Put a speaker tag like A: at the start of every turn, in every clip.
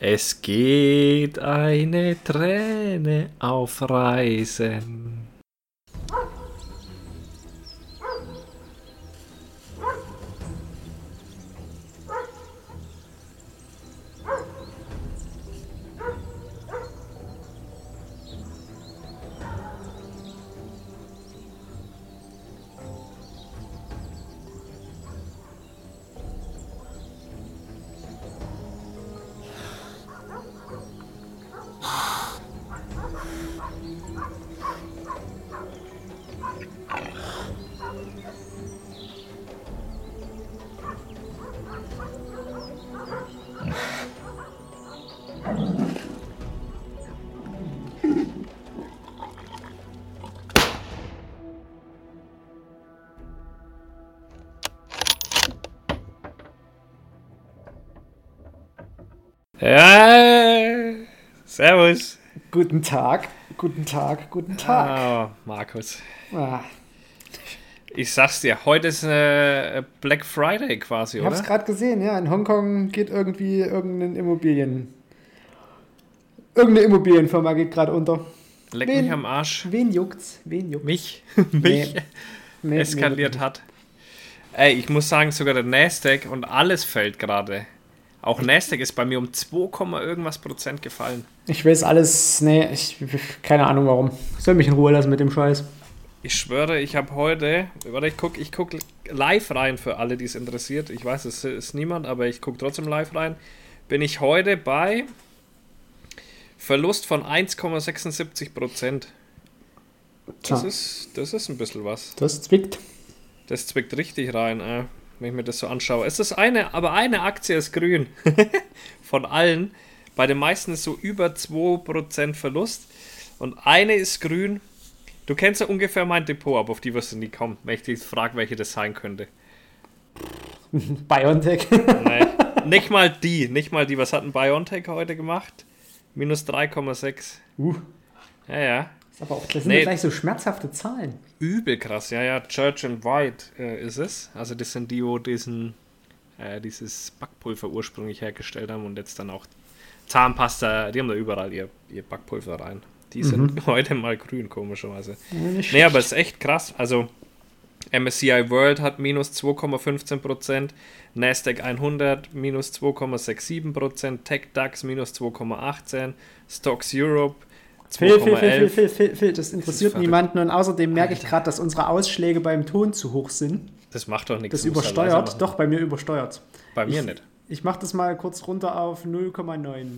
A: Es geht eine Träne auf Reisen. Ja, servus.
B: Guten Tag, guten Tag, guten Tag.
A: Ah, Markus.
B: Ah,
A: Ich sag's dir, heute ist äh, Black Friday quasi,
B: ich
A: oder?
B: hab's gerade gesehen, ja. In Hongkong geht irgendwie irgendein Immobilien. Irgendeine Immobilienfirma geht gerade unter.
A: Leck
B: Wen-
A: mich am Arsch.
B: Wen juckt's? Wen juckt's?
A: Mich, mich
B: Nee, Nee,
A: eskaliert hat. Ey, ich muss sagen, sogar der Nasdaq und alles fällt gerade. Auch Nasdaq ist bei mir um 2, Komma irgendwas Prozent gefallen.
B: nee. Ich weiß alles, nee, ich, keine Ahnung warum. Soll mich in Ruhe lassen mit dem Scheiß.
A: Ich schwöre, ich habe heute, warte, ich guck, ich guck live rein für alle, die es interessiert. Ich weiß, es ist niemand, aber ich guck trotzdem live rein. Bin ich heute bei Verlust von 1,76 Prozent. Das
B: Tja,
A: ist, das ist ein bisschen was.
B: das zwickt.
A: Das zwickt richtig rein, äh, wenn ich mir das so anschaue. Es ist eine, aber eine Aktie ist grün. Von allen. Bei den meisten ist so über 2% Verlust. Und eine ist grün. Du kennst ja ungefähr mein Depot, aber auf die wirst du nie kommen, wenn ich dich frage, welche das sein könnte.
B: Biontech.
A: Nein, nicht mal die, nicht mal die. Was hat ein BioNTech heute gemacht? Minus 3,6.
B: uh,
A: Ja, ja.
B: ist aber auch, das sind
A: Nee.
B: ja gleich so schmerzhafte Zahlen.
A: Übel krass, ja, ja. Church and White äh, ist es. Also, das sind die, wo diesen, äh, dieses Backpulver ursprünglich hergestellt haben und jetzt dann auch Zahnpasta. Die haben da überall ihr, ihr Backpulver rein. Die sind
B: Mhm.
A: heute mal grün, komischerweise. Nee, aber es ist echt krass. Also, MSCI World hat minus 2,15%, Nasdaq 100 minus 2,67%, Tech DAX minus 2,18%, Stocks Europe
B: Phil, Phil, Phil,
A: 2,11%.
B: Phil, Phil, Phil, das interessiert
A: verrückt.
B: niemanden und außerdem merke ich gerade, dass unsere Ausschläge beim Ton zu hoch sind.
A: Das macht doch nichts.
B: Das
A: du musst ja leiser machen.
B: übersteuert. Doch, bei mir übersteuert.
A: Bei mir
B: ich,
A: nicht.
B: Ich mache das mal kurz runter auf 0,9.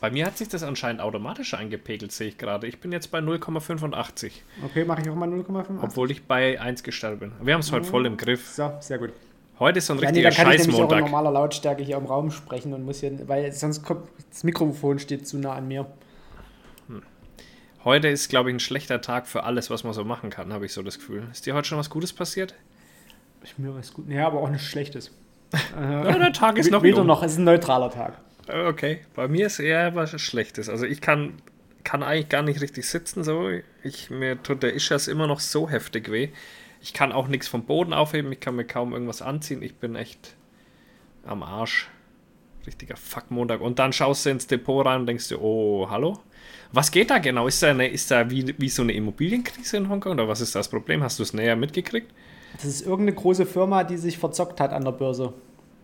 A: Bei mir hat sich das anscheinend automatisch eingepegelt, sehe ich gerade. Ich bin jetzt bei 0,85,
B: Okay, mache ich auch mal 0,5.
A: obwohl ich bei 1 gestartet bin. Wir haben es heute voll im Griff.
B: So, sehr gut.
A: Heute ist so ein
B: Ja, nee,
A: richtiger
B: dann kann ich nämlich auch in
A: Scheißmontag.
B: normaler Lautstärke hier im Raum sprechen und muss hier, weil sonst kommt das Mikrofon steht zu nah an mir.
A: Heute ist, glaube ich, ein schlechter Tag für alles, was man so machen kann, habe ich so das Gefühl. Ist dir heute schon was Gutes passiert?
B: Ich mir was gut. Ja, aber auch nichts Schlechtes. Äh,
A: Ja, der Tag ist noch
B: Weder
A: jung.
B: noch, es ist ein neutraler Tag.
A: Äh, Okay, bei mir ist eher was Schlechtes. Also ich kann, kann eigentlich gar nicht richtig sitzen. So. Ich, mir tut der Ischias immer noch so heftig weh. Ich kann auch nichts vom Boden aufheben. Ich kann mir kaum irgendwas anziehen. Ich bin echt am Arsch. Richtiger Fuck-Montag. Und dann schaust du ins Depot rein und denkst dir, oh, hallo? Was geht da genau? Ist da, eine, ist da wie, wie so eine Immobilienkrise in Hongkong? Oder was ist das Problem? Hast du es näher mitgekriegt?
B: Das ist irgendeine große Firma, die sich verzockt hat an der Börse.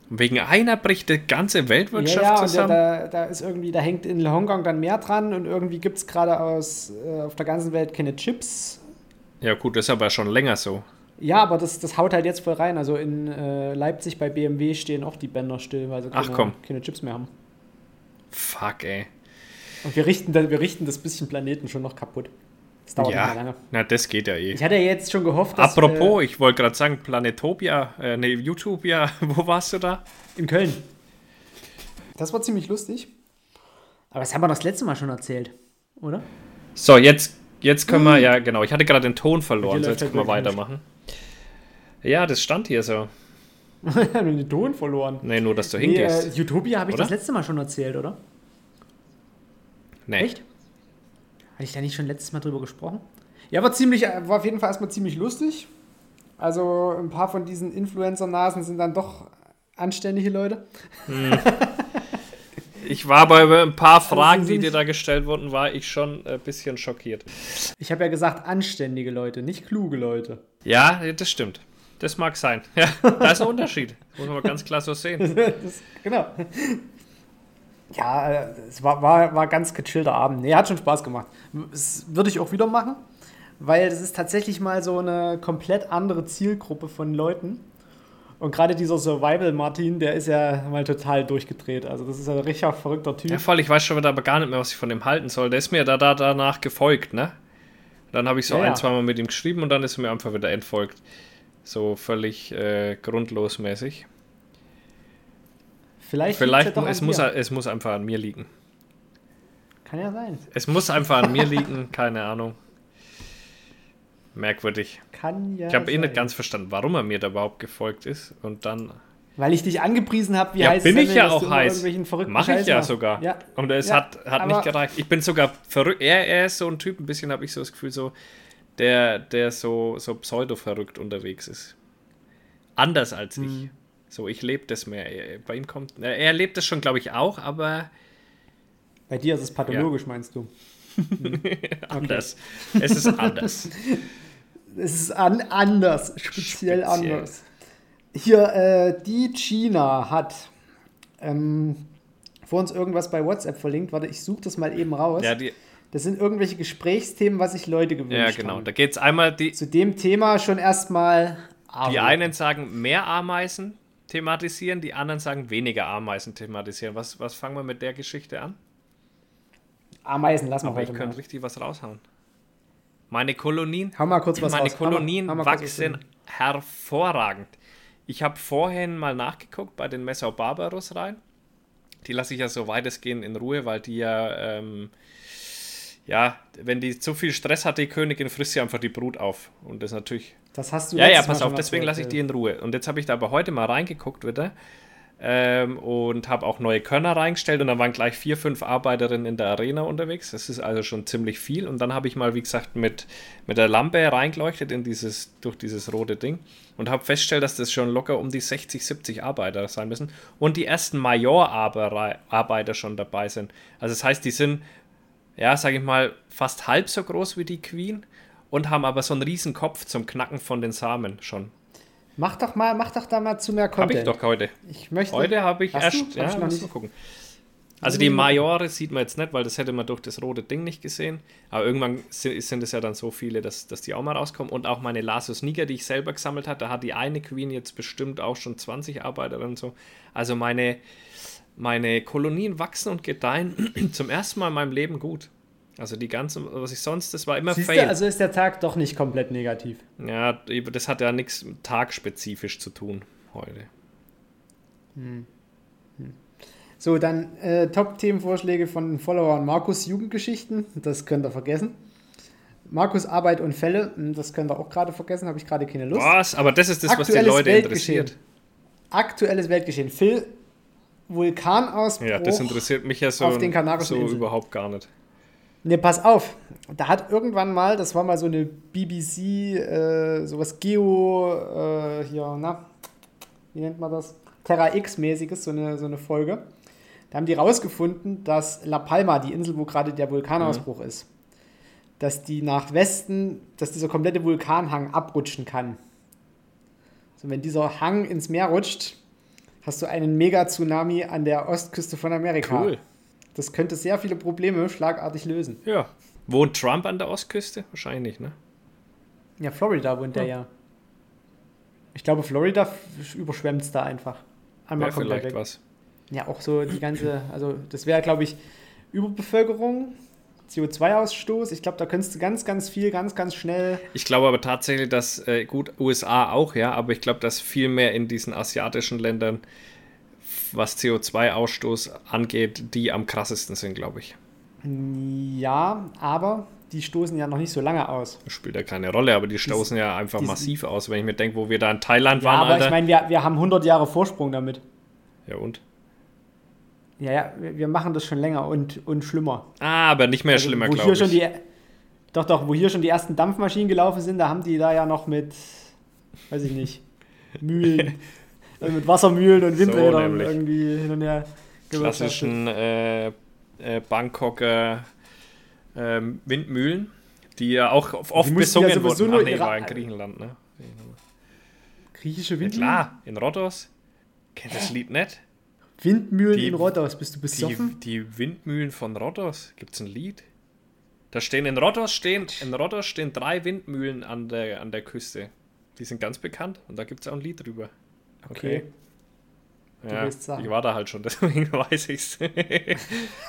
A: Wegen einer bricht die ganze Weltwirtschaft
B: ja, ja, und
A: zusammen.
B: da, da ist irgendwie, da hängt in Hongkong dann mehr dran und irgendwie gibt es gerade aus äh, auf der ganzen Welt keine Chips.
A: ja gut, das ist aber schon länger so.
B: Ja, aber das, das haut halt jetzt voll rein. Also in äh, Leipzig bei BMW stehen auch die Bänder still, weil sie
A: Ach,
B: keine,
A: komm.
B: keine Chips mehr haben.
A: Fuck, ey.
B: Und wir richten, da- wir richten das bisschen Planeten schon noch kaputt. Das dauert nicht
A: Ja,
B: mehr lange.
A: na, das geht ja eh.
B: Ich äh, hatte ja jetzt schon gehofft, dass
A: Apropos, ich wollte gerade sagen, Planetopia, äh, nee, Utopia, wo warst du da?
B: äh, in Köln. Das war ziemlich lustig. Aber das haben wir doch das letzte Mal schon erzählt, oder?
A: So, jetzt, jetzt können wir, ja genau, ich hatte gerade den Ton verloren, so
B: Hm. läuft
A: jetzt
B: der
A: können wir
B: Glück nicht.
A: weitermachen. Ja, das stand hier so.
B: Wir haben den Ton verloren.
A: Nee, nur, dass du
B: Nee,
A: hingehst.
B: äh, Utopia habe ich
A: Oder?
B: das letzte Mal schon erzählt, oder?
A: Nee,
B: Echt? Hatte ich da nicht schon letztes Mal drüber gesprochen? Ja, war ziemlich, war auf jeden Fall erstmal ziemlich lustig. Also ein paar von diesen Influencer-Nasen sind dann doch anständige Leute.
A: Ich war bei ein paar Fragen,
B: Also sind
A: die dir
B: nicht-
A: da gestellt wurden, war ich schon ein bisschen schockiert.
B: Ich habe ja gesagt, anständige Leute, nicht kluge Leute.
A: Ja, das stimmt. Das mag sein. Ja, da ist ein Unterschied. Muss man ganz klar so sehen.
B: das, genau. Ja, äh, es war, war, war ganz gechillter Abend. Nee, hat schon Spaß gemacht. Das würde ich auch wieder machen, weil das ist tatsächlich mal so eine komplett andere Zielgruppe von Leuten. Und gerade dieser Survival-Martin, der ist ja mal total durchgedreht. Also das ist ein richtiger verrückter Typ.
A: Ja, voll, ich weiß schon wieder aber gar nicht mehr, was ich von dem halten soll. Der ist mir da, da danach gefolgt, ne? Dann habe ich so
B: Ja,
A: ein,
B: ja.
A: zweimal mit ihm geschrieben und dann ist er mir einfach wieder entfolgt. So völlig äh, grundlos mäßig.
B: Vielleicht,
A: Vielleicht,
B: liegt's ja doch
A: es,
B: an
A: muss,
B: dir.
A: es muss einfach an mir liegen.
B: Kann ja sein.
A: Es muss einfach an mir liegen, keine Ahnung. Merkwürdig.
B: Kann ja
A: Ich habe eh
B: sein.
A: nicht ganz verstanden, warum er mir da überhaupt gefolgt ist. Und dann.
B: Weil ich dich angepriesen habe, wie
A: ja,
B: heiß
A: bin
B: es
A: ich
B: denn,
A: ja
B: dass du
A: auch
B: immer
A: heiß.
B: irgendwelchen verrückten
A: Mache ich
B: Scheiß
A: ja
B: machst.
A: sogar.
B: Ja.
A: Und es
B: Ja,
A: hat, hat
B: aber-
A: nicht gereicht. Ich bin sogar verrückt. Er, er ist so ein Typ, ein bisschen habe ich so das Gefühl, so, der, der so, so pseudo-verrückt unterwegs ist. Anders als
B: Mhm.
A: ich. So, ich lebe das mehr. Er- Bei ihm kommt. äh, Er er lebt das schon, glaube ich, auch, aber
B: Bei dir ist es pathologisch, meinst du?
A: anders. Es ist anders.
B: Es ist an, anders,
A: Speziell.
B: speziell, anders. Hier, äh, die China hat ähm, vor uns irgendwas bei WhatsApp verlinkt. Warte, ich suche das mal eben raus.
A: ja, die,
B: das sind irgendwelche Gesprächsthemen, was sich Leute gewünscht
A: ja, genau.
B: haben.
A: Da geht es einmal die,
B: Zu dem Thema schon erstmal.
A: Die
B: Aro.
A: einen sagen mehr Ameisen thematisieren, die anderen sagen weniger Ameisen thematisieren. Was, was fangen wir mit der Geschichte an?
B: Ameisen lassen wir
A: Aber ich
B: heute
A: könnte
B: mal.
A: richtig was raushauen. Meine Kolonien,
B: Hau mal kurz was
A: meine
B: raus. Hau mal-
A: Kolonien
B: hau mal kurz was
A: wachsen hervorragend. Ich habe vorhin mal nachgeguckt bei den Messau Barbaros rein. Die lasse ich ja so weit es geht in Ruhe, weil die ja, ähm, ja, wenn die zu viel Stress hat, die Königin frisst sie einfach die Brut auf. Und das ist natürlich
B: Das hast du
A: ja, ja,
B: letztes Mal
A: pass
B: schon
A: auf,
B: mal
A: deswegen lasse ich die
B: erzählt.
A: in Ruhe. Und jetzt habe ich da aber heute mal reingeguckt wieder ähm, und habe auch neue Körner reingestellt und dann waren gleich vier, fünf Arbeiterinnen in der Arena unterwegs. Das ist also schon ziemlich viel. Und dann habe ich mal, wie gesagt, mit, mit der Lampe reingeleuchtet in dieses, durch dieses rote Ding und habe festgestellt, dass das schon locker um die 60, 70 Arbeiter sein müssen und die ersten Major-Arbeiter schon dabei sind. Also das heißt, die sind ja, sag ich mal, fast halb so groß wie die Queen und haben aber so einen riesen Kopf zum Knacken von den Samen schon.
B: Mach doch mal, mach doch da mal zu mehr
A: Habe
B: Content.
A: ich doch heute.
B: Ich möchte.
A: Heute habe ich
B: Hast
A: erst.
B: du? Hab
A: Ja,
B: ich noch
A: lass
B: nicht. Hm.
A: mal gucken. Also die Majore sieht man jetzt nicht, weil das hätte man durch das rote Ding nicht gesehen. Aber irgendwann si- sind es ja dann so viele, dass, dass die auch mal rauskommen. Und auch meine Lasso Sneaker, die ich selber gesammelt habe, da hat die eine Queen jetzt bestimmt auch schon 20 Arbeiterinnen und so. Also meine, meine Kolonien wachsen und gedeihen zum ersten Mal in meinem Leben gut. Also die ganzen, was ich sonst, das war immer
B: Siehst
A: fail.
B: du, also ist der Tag doch nicht komplett negativ.
A: Ja, das hat ja nichts tagspezifisch zu tun heute.
B: So, dann äh, Top-Themenvorschläge von Followern. Markus Jugendgeschichten, das könnt ihr vergessen. Markus Arbeit und Fälle, mh, das könnt ihr auch gerade vergessen, habe ich gerade keine Lust.
A: Was? Aber das ist das, was die
B: Aktuelles
A: Leute
B: Weltgeschehen.
A: interessiert.
B: Aktuelles Weltgeschehen. Phil, Vulkanausbruch.
A: Ja, das interessiert mich ja so,
B: auf den
A: so
B: Kanarischen Inseln.
A: überhaupt gar nicht.
B: Ne, pass auf. Da hat irgendwann mal, das war mal so eine BBC, äh, sowas Geo, äh, hier, na, wie nennt man das? Terra X-mäßiges, so eine, so eine Folge. Da haben die rausgefunden, dass La Palma, die Insel, wo gerade der Vulkanausbruch ist, dass die nach Westen, dass dieser komplette Vulkanhang abrutschen kann. So, wenn dieser Hang ins Meer rutscht, hast du einen Mega-Tsunami an der Ostküste von Amerika.
A: Cool.
B: Das könnte sehr viele Probleme schlagartig lösen.
A: Ja. Wohnt Trump an der Ostküste? Wahrscheinlich nicht, ne?
B: Ja, Florida wohnt der ja. Ich glaube, Florida f- überschwemmt's da einfach. Einmal
A: Wäre
B: komplett
A: vielleicht
B: weg.
A: was.
B: Ja, auch so die ganze, also das wäre, glaube ich, Überbevölkerung, CO2-Ausstoß. Ich glaube, da könntest du ganz, ganz viel, ganz, ganz schnell.
A: Ich glaube aber tatsächlich, dass, äh, gut, USA auch, ja, aber ich glaube, dass viel mehr in diesen asiatischen Ländern, was CO2-Ausstoß angeht, die am krassesten sind, glaube ich.
B: Ja, aber die stoßen ja noch nicht so lange aus.
A: Das spielt ja keine Rolle, aber die stoßen ja einfach
B: dies-
A: massiv aus, wenn ich mir denke, wo wir da in Thailand
B: Ja,
A: waren,
B: aber
A: Alter.
B: ich meine, wir, wir haben 100 Jahre Vorsprung damit.
A: ja, und?
B: Ja, ja, wir wir machen das schon länger und, und schlimmer.
A: Ah, aber nicht mehr
B: Also,
A: schlimmer,
B: wo
A: glaube
B: hier
A: ich.
B: schon die, doch, doch, wo hier schon die ersten Dampfmaschinen gelaufen sind, da haben die da ja noch mit, weiß ich nicht, Mühlen, also äh, mit Wassermühlen und Windrädern
A: nämlich.
B: irgendwie hin und her
A: klassischen äh, äh, Bangkoker äh, Windmühlen, die ja auch oft
B: Die mussten
A: besungen
B: ja sowieso
A: wurden.
B: nur
A: Ach, nee,
B: ihre-
A: war in Griechenland, ne?
B: Griechische
A: Ja,
B: Windmühlen?
A: klar, in Rhodos. Kennt das Lied nicht?
B: Windmühlen
A: Die-
B: in Rhodos, bist du
A: Die,
B: besoffen?
A: die Windmühlen von Rhodos. Gibt's ein Lied? Da stehen in Rhodos stehen, in Rhodos stehen drei Windmühlen an der, an der Küste. Die sind ganz bekannt und da gibt es auch ein Lied drüber.
B: Okay.
A: Ja,
B: willst sagen.
A: ich war da halt schon, deswegen weiß ich's.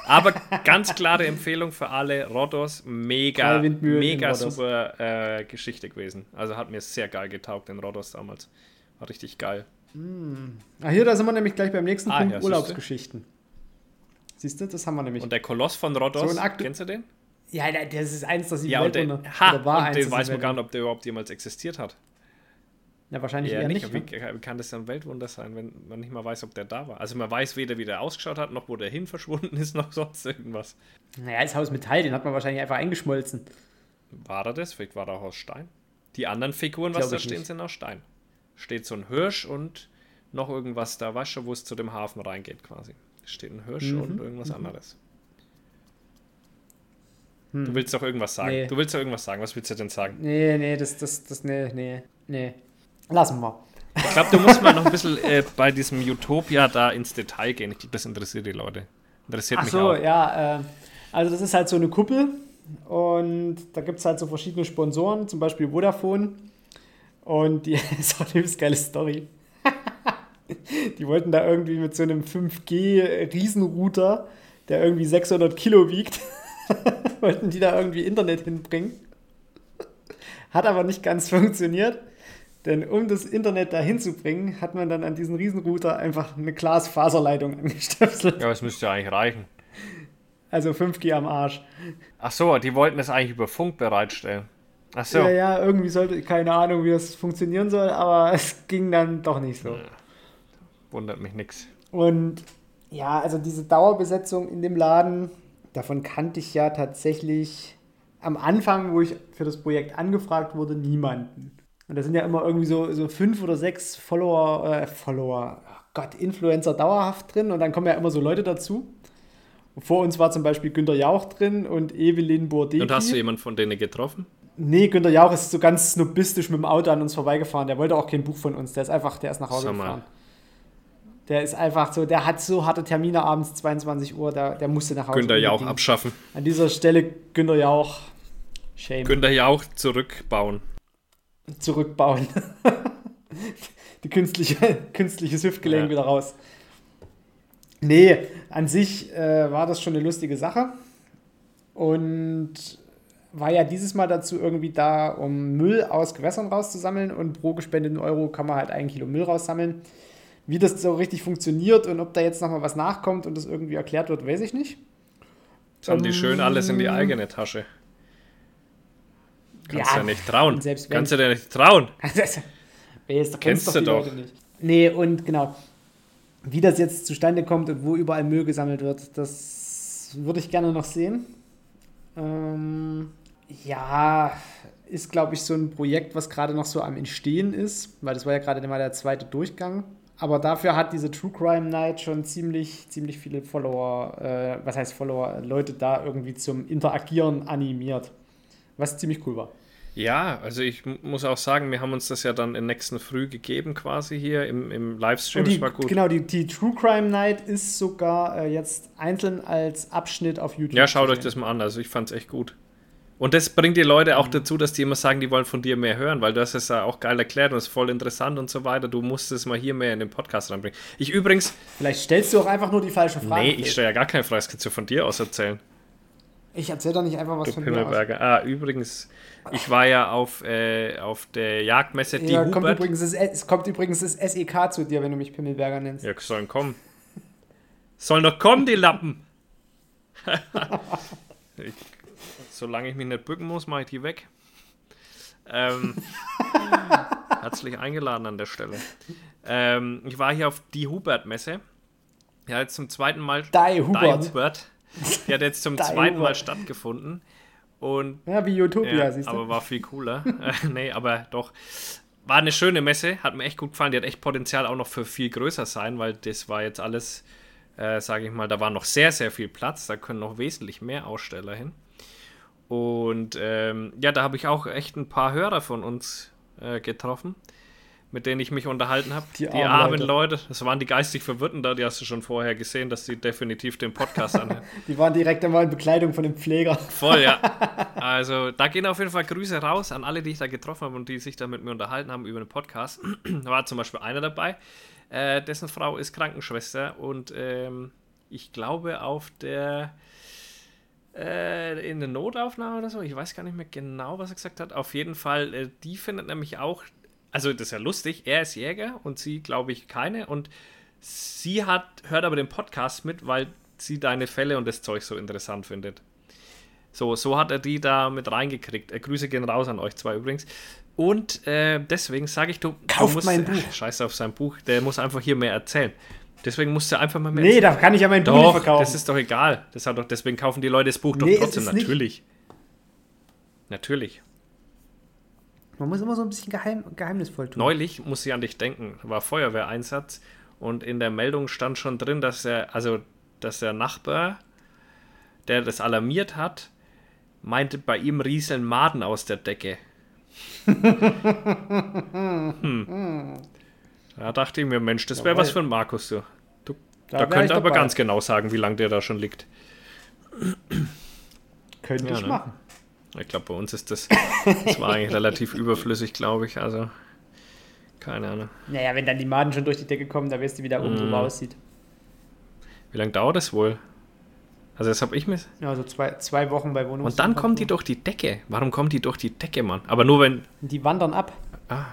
A: Aber ganz klare Empfehlung für alle Rhodos. Mega,
B: Drei Windmühlen in
A: mega
B: Rhodos.
A: super äh, Geschichte gewesen. Also hat mir sehr geil getaugt in Rhodos damals. War richtig geil.
B: Ah, hier, da sind wir nämlich gleich beim nächsten
A: Ah,
B: Punkt,
A: ja, siehste.
B: Urlaubsgeschichten. Siehst du, das haben wir nämlich.
A: Und der Koloss von Rhodos,
B: So ein Aktu-
A: kennst du den?
B: ja, da- das ist eins, das ich
A: Ja, und den, ha, und den weiß man gar nicht, ob der überhaupt jemals existiert hat.
B: Ja, wahrscheinlich
A: Ja,
B: eher
A: nicht.
B: nicht. ne?
A: Wie, wie kann das dann Weltwunder sein, wenn man nicht mal weiß, ob der da war? Also man weiß weder, wie der ausgeschaut hat, noch wo der hin verschwunden ist, noch sonst irgendwas.
B: Naja, ist aus Metall, den hat man wahrscheinlich einfach eingeschmolzen.
A: War er das? Vielleicht war er auch aus Stein. Die anderen Figuren,
B: Glaub
A: was da
B: ich
A: stehen,
B: nicht.
A: sind aus Stein. Steht so ein Hirsch und noch irgendwas da, weißt du, wo es zu dem Hafen reingeht quasi. Steht ein Hirsch
B: Mhm.
A: und irgendwas anderes. Du willst doch irgendwas sagen.
B: Hm. Nee.
A: Du willst doch irgendwas sagen. Was willst du denn sagen?
B: Nee, nee, das, das, das, nee, nee, nee. Lassen wir.
A: Ich glaube, du musst mal noch ein bisschen äh, bei diesem Utopia da ins Detail gehen. Ich glaube, das interessiert die Leute. Interessiert
B: Ach
A: mich
B: so,
A: auch.
B: ja. Äh, also das ist halt so eine Kuppel und da gibt es halt so verschiedene Sponsoren, zum Beispiel Vodafone. Und die ist auch eine übelst geile Story. die wollten da irgendwie mit so einem 5G-Riesenrouter, der irgendwie 600 Kilo wiegt, wollten die da irgendwie Internet hinbringen. Hat aber nicht ganz funktioniert. Denn um das Internet da hinzubringen, hat man dann an diesen Riesenrouter einfach eine Glasfaserleitung angestöpselt.
A: Ja, es müsste ja eigentlich reichen.
B: Also 5G am Arsch.
A: Ach so, die wollten das eigentlich über Funk bereitstellen. Ach so.
B: Ja, ja, irgendwie sollte, keine Ahnung, wie das funktionieren soll, aber es ging dann doch nicht so.
A: Wundert mich nichts.
B: Und ja, also diese Dauerbesetzung in dem Laden, davon kannte ich ja tatsächlich am Anfang, wo ich für das Projekt angefragt wurde, niemanden. Und da sind ja immer irgendwie so, so fünf oder sechs Follower, äh, Follower, oh Gott, Influencer dauerhaft drin und dann kommen ja immer so Leute dazu. Und vor uns war zum Beispiel Günter Jauch drin und Evelyn Bourdais.
A: Und hast du jemanden von denen getroffen?
B: Nee, Günter Jauch ist so ganz snobistisch mit dem Auto an uns vorbeigefahren. Der wollte auch kein Buch von uns. Der ist einfach, der ist nach Hause
A: Sag mal.
B: gefahren. Der ist einfach so, der hat so harte Termine abends, 22 Uhr, der, der musste nach Hause.
A: Günter Jauch
B: unbedingt.
A: abschaffen.
B: An dieser Stelle Günter Jauch, shame,
A: Günter Jauch zurückbauen.
B: zurückbauen. Die künstliche, künstliches Hüftgelenk
A: Ja.
B: wieder raus. Nee, an sich äh, war das schon eine lustige Sache. Und war ja dieses Mal dazu irgendwie da, um Müll aus Gewässern rauszusammeln und pro gespendeten Euro kann man halt ein Kilo Müll raussammeln. Wie das so richtig funktioniert und ob da jetzt nochmal was nachkommt und das irgendwie erklärt wird, weiß ich nicht.
A: Jetzt haben die schön alles in die
B: Ähm,
A: eigene Tasche. Kannst
B: Ja,
A: ja, nicht trauen.
B: und selbst wenn-
A: Kannst du dir nicht trauen.
B: Also, wer
A: Kennst
B: ist, kennst doch
A: du
B: die
A: doch.
B: Leute nicht. Nee, und genau. Wie das jetzt zustande kommt und wo überall Müll gesammelt wird, das würde ich gerne noch sehen. Ähm, ja, ist, glaube ich, so ein Projekt, was gerade noch so am Entstehen ist, weil das war ja gerade mal der zweite Durchgang. Aber dafür hat diese True Crime Night schon ziemlich, ziemlich viele Follower, äh, was heißt Follower, Leute da irgendwie zum Interagieren animiert. Was ziemlich cool war.
A: Ja, also ich mu- muss auch sagen, wir haben uns das ja dann in nächsten Früh gegeben quasi hier im, im Livestream.
B: Und die,
A: Das war gut.
B: Genau, die, die True Crime Night ist sogar äh, jetzt einzeln als Abschnitt auf YouTube.
A: Ja, schaut
B: zu
A: euch
B: sehen.
A: das mal an. Also ich fand's echt gut. Und das bringt die Leute
B: Mhm.
A: auch dazu, dass die immer sagen, die wollen von dir mehr hören, weil du hast es ja auch geil erklärt und es ist voll interessant und so weiter. Du musst es mal hier mehr in den Podcast reinbringen. Ich übrigens,
B: Vielleicht stellst du auch einfach nur die falsche Frage.
A: nee, ich stelle ja gar keine Frage, es kannst du von dir aus erzählen.
B: ich erzähl doch nicht einfach was
A: Du
B: von mir aus.
A: Pimmelberger. Ah, übrigens, ich war ja auf, äh, auf der Jagdmesse, die
B: Ja, kommt
A: Hubert.
B: übrigens das, es kommt übrigens das SEK zu dir, wenn du mich Pimmelberger nennst.
A: Ja, sollen kommen. Sollen doch kommen, die Lappen! ich, solange ich mich nicht bücken muss, mache ich die weg. Ähm, herzlich eingeladen an der Stelle. Ähm, ich war hier auf die Hubert-Messe. Ja, jetzt zum zweiten Mal.
B: Die
A: Die
B: Hubert.
A: Hubert. Die hat jetzt zum
B: Die
A: zweiten Mal
B: Hubert.
A: stattgefunden. Und
B: Ja, wie Utopia,
A: ja,
B: siehst
A: aber
B: du.
A: war viel cooler. Äh, nee, aber doch. War eine schöne Messe, hat mir echt gut gefallen. Die hat echt Potenzial auch noch für viel größer sein, weil das war jetzt alles äh, sage ich mal, da war noch sehr, sehr viel Platz. Da können noch wesentlich mehr Aussteller hin. Und ähm, ja, da habe ich auch echt ein paar Hörer von uns äh, getroffen, mit denen ich mich unterhalten habe.
B: Die
A: Die,
B: armen
A: armen
B: Leute.
A: Leute. das waren die geistig Verwirrten da, die hast du schon vorher gesehen, dass sie definitiv den Podcast anhören.
B: Die waren direkt einmal in Bekleidung von dem Pfleger.
A: Voll, ja. Also, da gehen auf jeden Fall Grüße raus an alle, die ich da getroffen habe und die sich da mit mir unterhalten haben über den Podcast. da war zum Beispiel einer dabei, äh, dessen Frau ist Krankenschwester und ähm, ich glaube auf der äh, in der Notaufnahme oder so, ich weiß gar nicht mehr genau, was er gesagt hat. Auf jeden Fall, äh, die findet nämlich auch, also das ist ja lustig, er ist Jäger und sie, glaube ich, keine. Und sie hat, hört aber den Podcast mit, weil sie deine Fälle und das Zeug so interessant findet. So, so hat er die da mit reingekriegt. Äh, Grüße gehen raus an euch zwei übrigens. Und äh, deswegen sage ich, du,
B: Kauft
A: du musst,
B: mein Buch.
A: Ach, Scheiß auf sein Buch, der muss einfach hier mehr erzählen. Deswegen musst du einfach mal mehr
B: Nee, da kann ich ja mein Buch nicht
A: doch,
B: verkaufen.
A: das ist doch egal. Das hat doch, deswegen kaufen die Leute das Buch doch
B: Nee, ist
A: trotzdem.
B: es nicht.
A: Natürlich. Natürlich.
B: Man muss immer so ein bisschen geheim, geheimnisvoll tun.
A: Neulich muss ich an dich denken. War Feuerwehreinsatz und in der Meldung stand schon drin, dass der, also, dass der Nachbar, der das alarmiert hat, meinte, bei ihm rieseln Maden aus der Decke. hm. Da dachte ich mir, Mensch, das wäre
B: Jawohl.
A: was für ein Markus, du. du da
B: Da wär ich
A: könnt ihr aber
B: dabei.
A: ganz genau sagen, wie lange der da schon liegt.
B: Könnte
A: Ja,
B: ich
A: ne?
B: machen.
A: Ich glaube, bei uns ist das, das war eigentlich relativ überflüssig, glaube ich. Also, keine Ahnung.
B: Naja, wenn dann die Maden schon durch die Decke kommen, da weißt du, wie
A: Mhm.
B: der oben drüber aussieht.
A: Wie lange dauert das wohl? Also, das habe ich mir.
B: Ja, so zwei, zwei Wochen bei Wohnung.
A: Und dann kommen die durch die Decke. Warum kommen die durch die Decke, Mann? Aber nur wenn.
B: Die wandern ab.
A: Ah.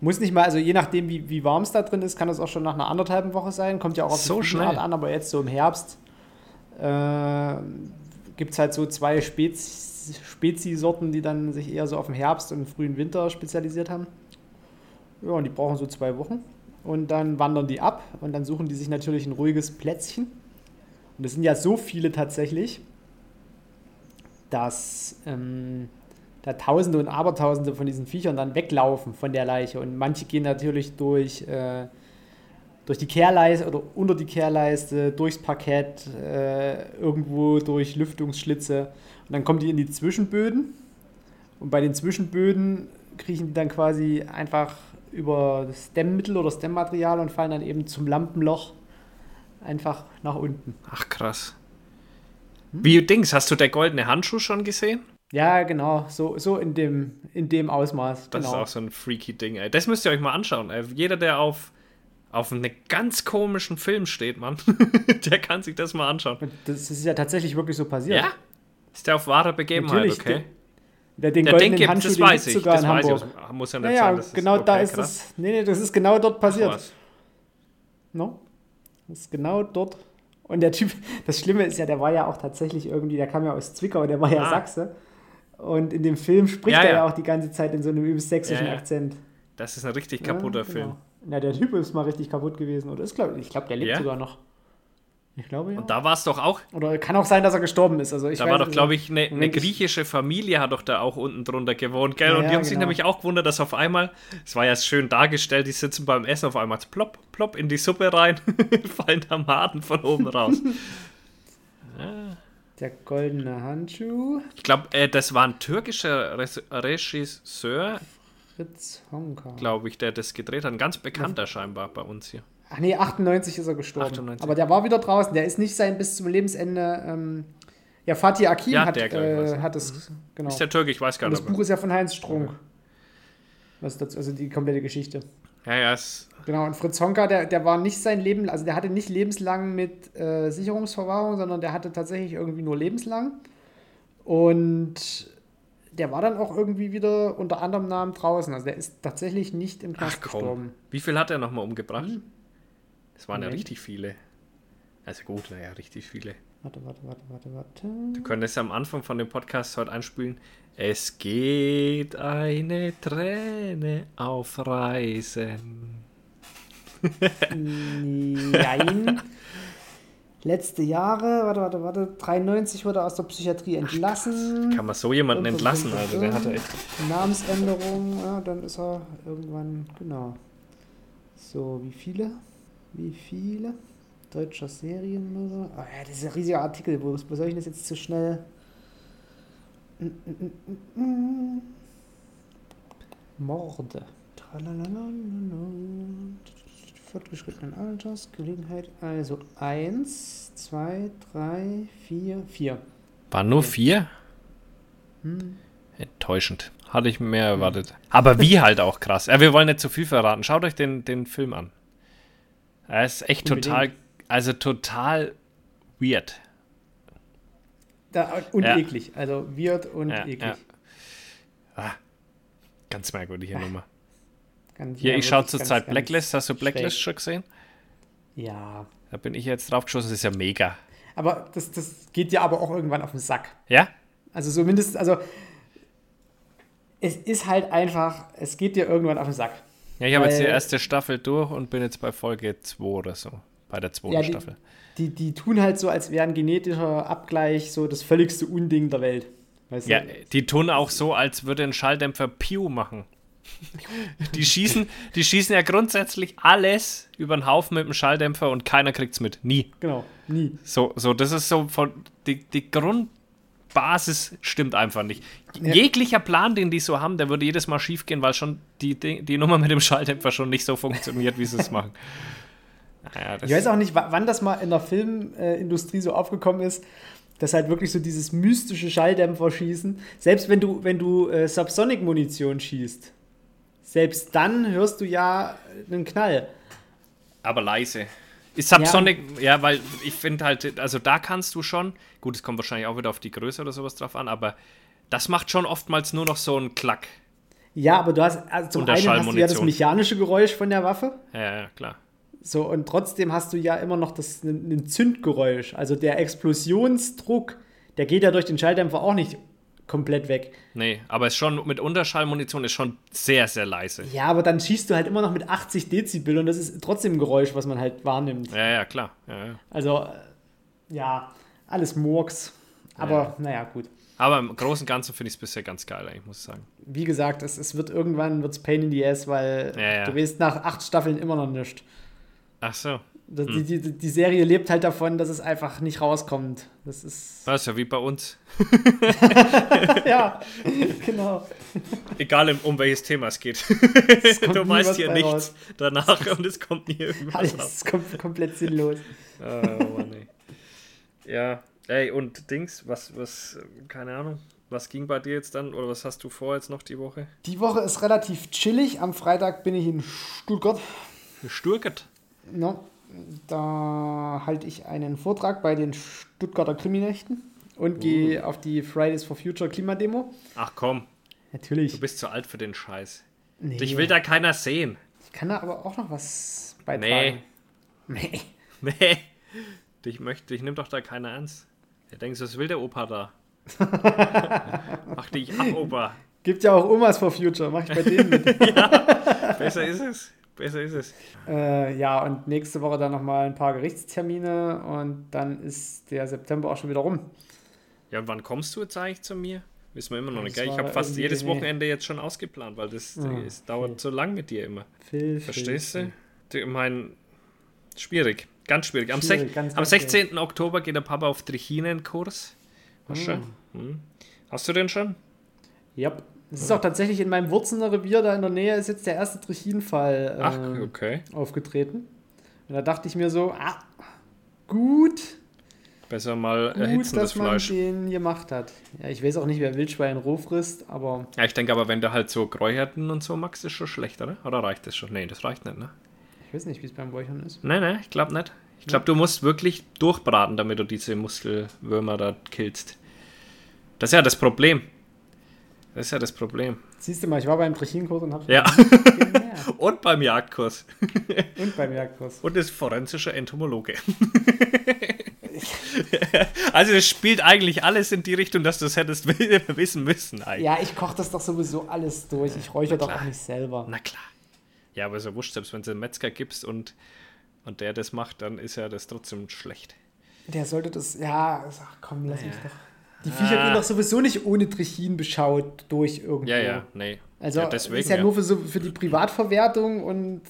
B: Muss nicht mal, also je nachdem, wie, wie warm es da drin ist, kann das auch schon nach einer anderthalben Woche sein. Kommt ja auch auf
A: So
B: die
A: schnell.
B: Fliegenart an, aber jetzt so im Herbst äh, gibt es halt so zwei Spez Spezi-Sorten, die dann sich eher so auf den Herbst und den frühen Winter spezialisiert haben. Ja, und die brauchen so zwei Wochen. Und dann wandern die ab und dann suchen die sich natürlich ein ruhiges Plätzchen. Und es sind ja so viele tatsächlich, dass ähm, da Tausende und Abertausende von diesen Viechern dann weglaufen von der Leiche. Und manche gehen natürlich durch, äh, durch die Kehrleiste oder unter die Kehrleiste, durchs Parkett, äh, irgendwo durch Lüftungsschlitze. Und dann kommen die in die Zwischenböden. Und bei den Zwischenböden kriechen die dann quasi einfach über das Stemmmittel oder Stemmmaterial und fallen dann eben zum Lampenloch einfach nach unten.
A: Ach, krass.
B: Hm?
A: Wie Dings, hast du der goldene Handschuh schon gesehen?
B: Ja, genau, so, so in, dem, in dem Ausmaß.
A: Das
B: genau.
A: ist auch so ein freaky Ding, ey. Das müsst ihr euch mal anschauen. Ey. Jeder, der auf, auf einem ganz komischen Film steht, Mann, der kann sich das mal anschauen.
B: Und Das ist ja tatsächlich wirklich so
A: Ja?
B: passiert.
A: Ist der auf wahre Begebenheit,
B: Natürlich,
A: okay?
B: Der, den
A: Der
B: goldenen
A: Ding gibt,
B: Handschuh,
A: das
B: den
A: weiß
B: gibt's
A: ich.
B: sogar
A: Das
B: in
A: weiß
B: Hamburg.
A: ich. Das muss ja nicht
B: Naja,
A: sein, das
B: genau
A: okay,
B: da ist
A: krass.
B: es. Nee, nee, das ist genau dort passiert.
A: Krass.
B: No? Das ist genau dort. Und der Typ, das Schlimme ist ja, der war ja auch tatsächlich irgendwie, der kam ja aus Zwickau, der war ja
A: Ah.
B: Sachse. Und in dem Film spricht
A: Ja,
B: er ja
A: ja.
B: auch die ganze Zeit in so einem übelst sächsischen
A: Ja, ja.
B: Akzent.
A: Das ist ein richtig kaputter
B: ja, genau.
A: Film.
B: Na, der Typ ist mal richtig kaputt gewesen. Oder ist, glaub, ich glaube, der lebt
A: Ja?
B: sogar noch. Ich glaube ja.
A: Und da war es doch auch,
B: Oder kann auch sein, dass er gestorben ist. Also ich
A: da
B: weiß
A: war doch,
B: es
A: glaube
B: nicht.
A: ich, eine ne
B: Moment, ich-
A: griechische Familie hat doch da auch unten drunter gewohnt, gell?
B: Ja,
A: Und die haben
B: ja,
A: sich
B: genau.
A: nämlich auch gewundert, dass auf einmal, es war ja schön dargestellt, die sitzen beim Essen auf einmal plopp, plopp in die Suppe rein, fallen da Maden von oben raus.
B: Der goldene Handschuh.
A: Ich glaube, äh, das war ein türkischer Res- Regisseur,
B: Fritz Honka.
A: glaube ich, der das gedreht hat. Ein ganz bekannter scheinbar bei uns hier.
B: Ach nee, 98 ist er gestorben.
A: 98.
B: Aber der war wieder draußen. Der ist nicht sein bis zum Lebensende. Ähm, ja, Fatih Akin
A: Ja,
B: hat,
A: der, glaub ich, war's,
B: äh,
A: ne?
B: hat es. Genau.
A: Ist der Türke, ich weiß gar
B: Und das
A: nicht.
B: Buch
A: aber-
B: ist ja von Heinz Strunk. Was dazu, also die komplette Geschichte.
A: Ja, ja, ist,
B: Genau, und Fritz Honka, der, der war nicht sein Leben, also der hatte nicht lebenslang mit äh, Sicherungsverwahrung, sondern der hatte tatsächlich irgendwie nur lebenslang. Und der war dann auch irgendwie wieder unter anderem Namen draußen. Also der ist tatsächlich nicht im Knast
A: ach
B: gestorben. Hm?
A: komm. Wie viel hat er nochmal umgebracht? Das waren ja
B: Moment.
A: richtig viele. Also gut, naja, richtig viele.
B: Warte, warte, warte, warte, warte.
A: Du könntest am Anfang von dem Podcast heute einspielen. Es geht eine Träne auf Reisen.
B: Nein. Letzte Jahre, warte, warte, warte, 93 wurde er aus der Psychiatrie entlassen.
A: Kann man so jemanden
B: Und, und,
A: entlassen?
B: und,
A: Also
B: und.
A: der hatte echt.
B: Namensänderung, ja, dann ist er irgendwann, genau. So, wie viele? Wie viele? deutscher Serienmörder. Oh ja, das ist ein riesiger Artikel. Wo, wo soll ich das jetzt zu schnell? Morde. Fortgeschrittenen Alters, Gelegenheit. Also 1, 2, 3, 4, 4.
A: Waren nur vier? Hm. Enttäuschend. Hatte ich mehr erwartet. Aber wie halt auch krass. Ja, wir wollen nicht zu viel verraten. Schaut euch den, den Film an. Er ist echt total,
B: Unbedingt.
A: also total weird.
B: Da, und
A: Ja.
B: eklig. Also weird und
A: Ja,
B: eklig.
A: ja. Ganz merkwürdige Nummer.
B: Ganz-
A: Hier,
B: ja,
A: ich schaue
B: wirklich ganz,
A: zurzeit
B: ganz
A: Blacklist. Hast du Blacklist
B: schräg.
A: schon gesehen?
B: Ja.
A: Da bin ich jetzt drauf geschossen. Das ist ja mega.
B: Aber das, das geht ja aber auch irgendwann auf den Sack.
A: Ja?
B: Also so mindestens, also es ist halt einfach, es geht dir irgendwann auf den Sack.
A: Ja, ich habe jetzt die
B: Weil-
A: erste Staffel durch und bin jetzt bei Folge 2 oder so. Bei der zweiten
B: Ja, die,
A: Staffel.
B: die, die tun halt so, als wäre ein genetischer Abgleich so das völligste Unding der Welt. Weißt
A: Ja,
B: du?
A: die tun auch so, als würde ein Schalldämpfer Piu machen. Die schießen, die schießen ja grundsätzlich alles über den Haufen mit dem Schalldämpfer und keiner kriegt's mit. Nie.
B: Genau, nie.
A: So, so, das ist so von die, die Grundbasis stimmt einfach nicht.
B: Ja.
A: Jeglicher Plan, den die so haben, der würde jedes Mal schief gehen, weil schon die, Ding- die Nummer mit dem Schalldämpfer schon nicht so funktioniert, wie sie es machen. Naja, das
B: Ich weiß auch nicht, wa- wann das mal in der Filmindustrie so aufgekommen ist, dass halt wirklich so dieses mystische Schalldämpfer schießen. Selbst wenn du, wenn du äh, Subsonic-Munition schießt, selbst dann hörst du ja einen Knall.
A: aber leise. Ist Subsonic, ja. weil ich finde halt, also da kannst du schon, gut, es kommt wahrscheinlich auch wieder auf die Größe oder sowas drauf an, aber das macht schon oftmals nur noch so einen Klack.
B: Ja, aber du hast also zum
A: Und der
B: einen hast du ja das
A: Schallmunition.
B: mechanische Geräusch von der Waffe.
A: Ja, ja, klar.
B: So, und trotzdem hast du ja immer noch das ein ein Zündgeräusch. Also der Explosionsdruck, der geht ja durch den Schalldämpfer auch nicht komplett weg.
A: Nee, aber ist schon mit Unterschallmunition ist schon sehr, sehr leise.
B: Ja, aber dann schießt du halt immer noch mit 80 Dezibel und das ist trotzdem ein Geräusch, was man halt wahrnimmt.
A: Ja, ja, klar. Ja, ja.
B: Also, äh, ja, alles Murks. Aber naja, gut.
A: Aber im Großen und Ganzen finde ich es bisher ganz geil, eigentlich, muss ich sagen.
B: Wie gesagt, es, es wird irgendwann wird's Pain in the Ass, weil
A: Ja, ja.
B: du weißt nach acht Staffeln immer noch nichts.
A: Ach so.
B: Das- Die, die, die Serie lebt halt davon, dass es einfach nicht rauskommt. Das ist.
A: Das ist ja Also, wie bei uns.
B: ja, genau.
A: Egal, um welches Thema es geht.
B: kommt
A: du
B: nie
A: weißt
B: was
A: hier
B: bei
A: nichts Also.
B: raus.
A: danach und es kommt nie irgendwas raus.
B: Alles kom komplett sinnlos.
A: Oh Mann, ey. Ja, ey, und Dings, was, was, äh, keine Ahnung, was ging bei dir jetzt dann oder was hast du vor jetzt noch die Woche?
B: Die Woche ist relativ chillig. Am Freitag bin ich in Stuttgart.
A: Gesturget.
B: No, da halte ich einen Vortrag bei den Stuttgarter Kriminächten und gehe auf die Fridays for Future Klimademo.
A: Ach komm, du
B: Natürlich.
A: bist zu alt für den Scheiß.
B: Nee,
A: Dich will da keiner sehen.
B: ich kann da aber auch noch was
A: Nee,
B: beitragen. Nee.
A: nee. Dich möchte, dich nimmt doch da keiner ernst. Der denkt, was will der Opa da? Mach dich ab, Opa.
B: Gibt ja auch Omas for Future, mach ich bei denen mit.
A: Besser ist es. Besser ist es.
B: Äh, ja, und nächste Woche dann nochmal ein paar Gerichtstermine und dann ist der September auch schon wieder rum.
A: Ja, und wann kommst du jetzt eigentlich zu mir? Wissen wir immer noch nicht,
B: Das
A: gell? Ich
B: war
A: habe fast
B: irgendwie Ah,
A: jedes
B: die Nähe.
A: Wochenende jetzt schon ausgeplant, weil das, das dauert so lang mit dir immer.
B: Phil, Phil,
A: Verstehst
B: Phil.
A: du? Du, Ich meine, schwierig, ganz schwierig. Am,
B: Schwierig,
A: sech-
B: ganz,
A: am
B: ganz
A: 16. Oktober geht der Papa auf Trichinen-Kurs. Hast, du? Hm. Hast du den schon?
B: Ja. Es ist auch tatsächlich in meinem Wurzener Revier da in der Nähe ist jetzt der erste Trichinfall
A: Ach,
B: äh,
A: okay.
B: aufgetreten. Und da dachte ich mir so, ah, gut,
A: Besser mal
B: gut,
A: erhitzen das
B: dass man
A: Fleisch.
B: den gemacht hat. Ja, ich weiß auch nicht, wer Wildschwein roh frisst, aber
A: Ja, ich denke aber, wenn du halt so Kräucherten und so magst, ist schon schlecht, oder? Oder reicht das schon? Nee, das reicht nicht, ne?
B: ich weiß nicht, wie es beim Räuchern ist.
A: Nee, nee, ich glaube nicht. Ich glaube, du musst wirklich durchbraten, damit du diese Muskelwürmer da killst. Das ist ja das Problem. Das ist ja das Problem.
B: Siehst du mal, ich war beim Trichinkurs und hab's
A: Ja,
B: gemerkt.
A: und beim Jagdkurs.
B: Und beim Jagdkurs.
A: Und ist forensischer Entomologe. also es spielt eigentlich alles in die Richtung, dass du es hättest wi- wissen müssen eigentlich.
B: Ja, ich koche das doch sowieso alles durch. Ich räuchere doch auch nicht selber.
A: Na klar. Ja, aber ist ja wurscht, selbst wenn du einen Metzger gibst und, und der das macht, dann ist ja das trotzdem schlecht.
B: Der sollte das. Ja, ach komm, lass mich doch. Die
A: Ah.
B: Viecher gehen doch sowieso nicht ohne Trichin beschaut durch irgendwo.
A: Ja, ja, nee.
B: Also
A: ja,
B: ist ja, nur für, so, für die Privatverwertung und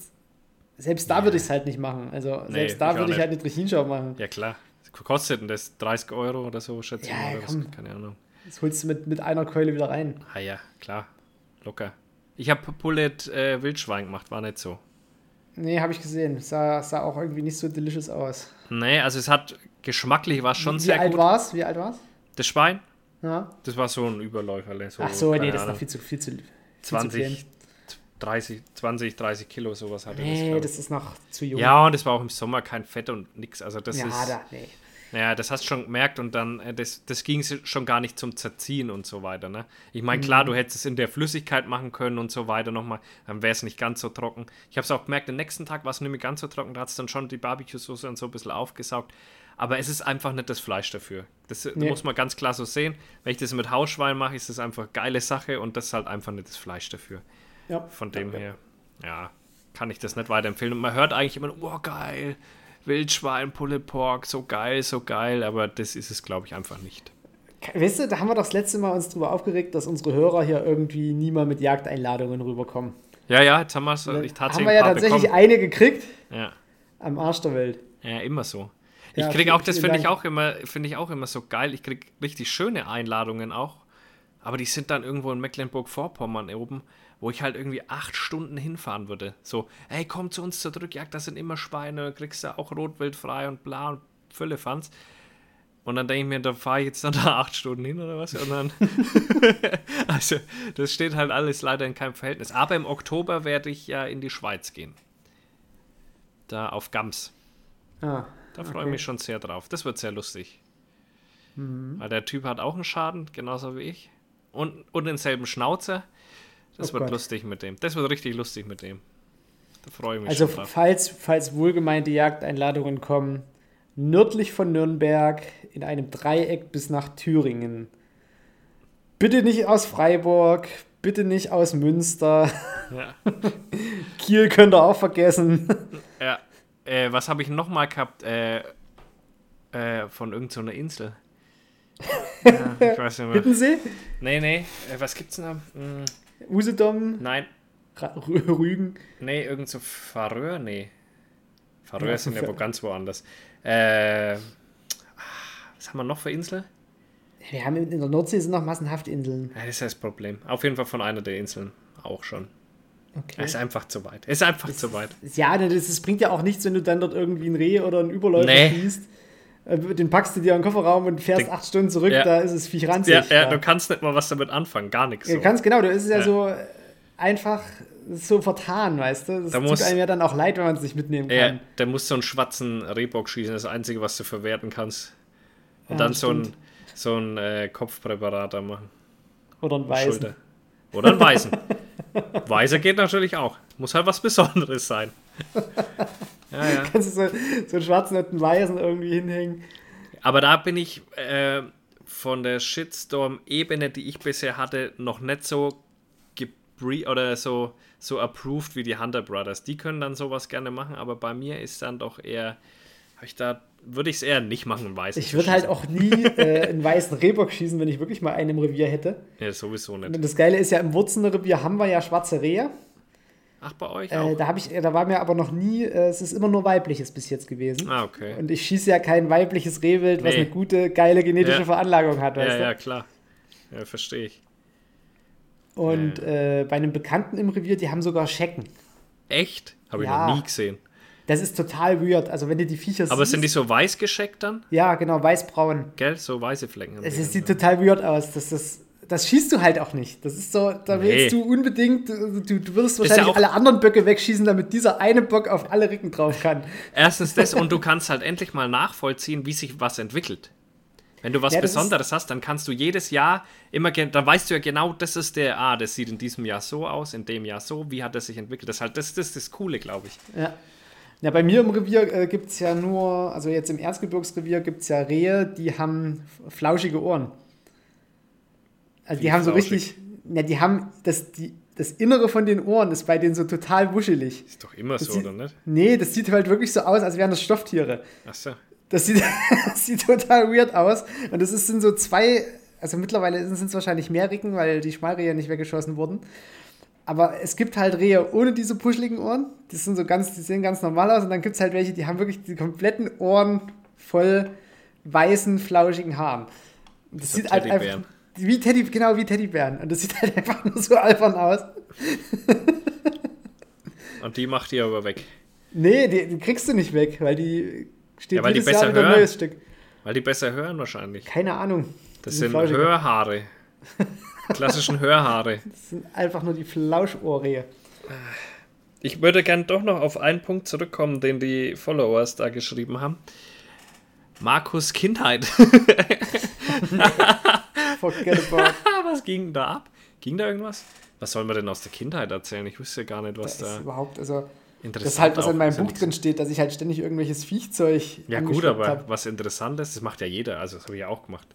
B: Selbst da würde ich es halt nicht machen. Also
A: Nee,
B: selbst da
A: ich auch
B: würde ich
A: nicht.
B: halt eine Trichinschau machen.
A: Ja, klar. Kostet denn das 30 Euro oder so, schätze ich
B: Ja,
A: mal. Oder
B: komm.
A: was? Keine Ahnung.
B: Das holst du mit, mit einer Keule wieder rein.
A: Ah ja, klar. Locker. Ich habe Pullet äh, Wildschwein gemacht, war nicht so.
B: Nee, habe ich gesehen. Sah, sah auch irgendwie nicht so delicious aus.
A: Nee, also es hat geschmacklich war schon
B: Wie
A: sehr
B: alt
A: gut.
B: war's? Wie alt war's?
A: Das Schwein,
B: Ja.
A: das war so ein Überläuferle. So,
B: Ach so,
A: keine
B: nee, das ist noch
A: Ahnung,
B: viel zu viel zu viel Zu
A: 20,
B: klein.
A: 30, 20, 30 Kilo sowas hatte das,
B: nee,
A: glaub
B: das ist noch zu jung.
A: ich. Ja, und es war auch im Sommer kein Fett und nix. Also das
B: ja
A: ist,
B: da, nee.
A: naja, das hast du schon gemerkt und dann, äh, das, das ging schon gar nicht zum Zerziehen und so weiter, ne? Ich meine, klar, du hättest es in der Flüssigkeit machen können und so weiter nochmal, dann wäre es nicht ganz so trocken. Ich habe es auch gemerkt, den nächsten Tag war es nicht mehr ganz so trocken, da hat es dann schon die Barbecue-Soße und so ein bisschen aufgesaugt. Aber es ist einfach nicht das Fleisch dafür. Das äh,
B: Nee.
A: muss man ganz klar so sehen. Wenn ich das mit Hausschwein mache, ist das einfach geile Sache und das ist halt einfach nicht das Fleisch dafür.
B: Ja.
A: Von dem
B: Ja.
A: her, ja, kann ich das nicht weiterempfehlen. Und man hört eigentlich immer, oh geil, Wildschwein, Pulled Pork, so geil, so geil, aber das ist es, glaube ich, einfach nicht.
B: Weißt du, da haben wir doch das letzte Mal uns drüber aufgeregt, dass unsere Hörer hier irgendwie nie mal mit Jagdeinladungen rüberkommen.
A: Ja, ja, jetzt haben wir es ich
B: Ne, haben
A: tatsächlich
B: wir ja
A: ein paar
B: tatsächlich
A: bekommen.
B: eine gekriegt
A: Ja.
B: am Arsch der Welt.
A: ja, immer so. Ich
B: Ja,
A: kriege
B: vielen-
A: auch, das
B: vielen
A: finde ich
B: Dank.
A: auch immer, finde ich auch immer so geil. Ich kriege richtig schöne Einladungen auch, aber die sind dann irgendwo in Mecklenburg-Vorpommern oben, wo ich halt irgendwie acht Stunden hinfahren würde. So, hey, komm zu uns zur Drückjagd, das sind immer Schweine, dann kriegst du auch Rotwild frei und bla und Füllefanz. Und dann denke ich mir, da fahre ich jetzt dann da acht Stunden hin oder was? Und dann, also, das steht halt alles leider in keinem Verhältnis. Aber im Oktober werde ich ja in die Schweiz gehen. Da auf Gams.
B: Ah,
A: Da
B: okay.
A: freue ich mich schon sehr drauf. Das wird sehr lustig.
B: Mhm.
A: Weil der Typ hat auch einen Schaden, genauso wie ich. Und, und denselben Schnauzer. Das
B: Oh
A: wird
B: Gott.
A: lustig mit dem. Das wird richtig lustig mit dem. Da freue ich mich
B: Also
A: schon drauf.
B: falls, falls wohlgemeinte Jagdeinladungen kommen, nördlich von Nürnberg in einem Dreieck bis nach Thüringen. Bitte nicht aus Freiburg, bitte nicht aus Münster.
A: Ja.
B: Kiel könnt ihr auch vergessen.
A: Ja. Äh, was habe ich nochmal gehabt? Äh, äh, von irgendeiner so einer Insel. ja, ich weiß nicht mehr.
B: Hittensee,
A: Nee, nee. Äh, was gibt's denn da? Hm,
B: Usedom,
A: nein.
B: Ra- Rü- Rügen.
A: Nee, irgend so Faröer? Nee. Faröer
B: Ja,
A: sind ja
B: Fa-
A: wo ganz woanders. Äh, ah, was haben wir noch für Insel?
B: Wir haben in der Nordsee sind noch massenhaft Inseln.
A: Ja, das ist das Problem. Auf jeden Fall von einer der Inseln auch schon.
B: Okay.
A: Es ist einfach zu weit. Es ist einfach zu weit.
B: Ja, ne, das, das bringt ja auch nichts, wenn du dann dort irgendwie ein Reh oder einen Überläufer
A: Nee.
B: schießt. Äh, Den packst du dir in den Kofferraum und fährst
A: Den-
B: acht Stunden zurück,
A: Ja.
B: da ist es viel ranzig.
A: Ja, ja,
B: da.
A: du kannst nicht mal was damit anfangen. Gar nichts.
B: Ja,
A: So.
B: Ganz genau, du ist es ja,
A: Ja.
B: so einfach so vertan, weißt du? Das
A: Da
B: tut
A: muss-
B: einem ja dann auch leid, wenn man es nicht mitnehmen
A: Ja,
B: kann.
A: da musst du einen schwarzen Rehbock schießen. Das Einzige, was du verwerten kannst. Und
B: Ja,
A: dann so ein,
B: stimmt.
A: so ein äh, Kopfpräparat da machen.
B: Oder ein Weißen.
A: Schulter. Oder ein Weißen. Weißer geht natürlich auch. Muss halt was Besonderes sein. Ja, ja.
B: Kannst du so, so einen schwarzen und einen weißen irgendwie hinhängen.
A: Aber da bin ich äh, von der Shitstorm-Ebene, die ich bisher hatte, noch nicht so gebrie oder so, so approved wie die Hunter Brothers. Die können dann sowas gerne machen, aber bei mir ist dann doch eher, hab ich da, würde ich es eher nicht machen, weiß
B: Ich würde halt auch nie äh, einen weißen Rehbock schießen, wenn ich wirklich mal einen im Revier hätte.
A: Ja, sowieso nicht.
B: Und das Geile ist ja, im Wurzenrevier haben wir ja schwarze Rehe.
A: Ach, bei euch
B: Äh,
A: auch.
B: da, hab ich, da war mir aber noch nie, äh, es ist immer nur weibliches bis jetzt gewesen.
A: Ah, okay.
B: Und ich schieße ja kein weibliches Rehwild, was
A: Nee.
B: eine gute, geile genetische
A: Ja.
B: Veranlagung hat, weißt
A: Ja,
B: du?
A: ja, klar. Ja, verstehe ich.
B: Und äh, bei einem Bekannten im Revier, die haben sogar Schecken.
A: Echt? Habe ich
B: Ja.
A: noch nie gesehen.
B: Das ist total weird. Also wenn du die Viecher
A: Aber
B: siehst,
A: sind die so weiß gescheckt dann?
B: ja genau weiß-braun.
A: Gell? So weiße Flecken. haben
B: Es
A: die
B: ist,
A: dann,
B: sieht
A: ne?
B: total weird aus. Das, das, das schießt du halt auch nicht. Das ist so, da
A: Nee.
B: willst du unbedingt, du, du würdest
A: ja
B: wahrscheinlich
A: auch-
B: alle anderen Böcke wegschießen, damit dieser eine Bock auf alle Ricken drauf kann.
A: Erstens das und du kannst halt endlich mal nachvollziehen, wie sich was entwickelt. Wenn du was
B: Ja, das
A: Besonderes hast, dann kannst du jedes Jahr immer, gen- dann weißt du ja genau, das ist der, ah, das sieht in diesem Jahr so aus, in dem Jahr so, wie hat das sich entwickelt. Das ist halt, das, das ist das Coole, glaube ich.
B: Ja. Ja, bei mir im Revier äh, gibt es ja nur, also jetzt im Erzgebirgsrevier gibt es ja Rehe, die haben flauschige Ohren. Also
A: Wie
B: die haben so
A: flauschig?
B: richtig, na, die haben, das, die, das Innere von den Ohren ist bei denen so total wuschelig.
A: Ist doch immer so,
B: sieht-
A: oder nicht?
B: Nee, das sieht halt wirklich so aus, als wären das Stofftiere.
A: Achso.
B: Das sieht, das sieht total weird aus. Und das ist, sind so zwei, also mittlerweile sind es wahrscheinlich mehr Ricken, weil die Schmalrehe nicht weggeschossen wurden. Aber es gibt halt Rehe ohne diese puscheligen Ohren. Die sind so ganz, die sehen ganz normal aus. Und dann gibt es halt welche, die haben wirklich die kompletten Ohren voll weißen, flauschigen Haaren. Und das
A: So
B: sieht halt einfach
A: Teddybären.
B: wie Teddy, genau wie Teddybären. Und das sieht halt einfach nur so albern aus.
A: Und die macht ihr aber weg.
B: Nee, die, die kriegst du nicht weg, weil die steht
A: Ja, weil die
B: jedes
A: besser
B: Jahr wieder ein
A: hören.
B: neues Stück.
A: Weil die besser hören wahrscheinlich.
B: Keine Ahnung.
A: Das
B: Diese
A: sind
B: flauschigen-
A: Hörhaare. Klassischen Hörhaare.
B: Das sind einfach nur die Flauschohrrehe.
A: Ich würde gern doch noch auf einen Punkt zurückkommen, den die Followers da geschrieben haben. Markus Kindheit.
B: Forget about.
A: was ging denn da ab? Ging da irgendwas? Was soll man denn aus der Kindheit erzählen? Ich wüsste gar nicht, was
B: Das
A: da,
B: ist überhaupt, also,
A: interessant
B: das ist halt, was
A: auch
B: in meinem
A: ist ja
B: Buch
A: nichts.
B: drin steht, dass ich halt ständig irgendwelches Viechzeug
A: Ja, gut,
B: angeschleppt
A: aber
B: hab.
A: was interessant ist, das macht ja jeder. Also, das habe ich ja auch gemacht.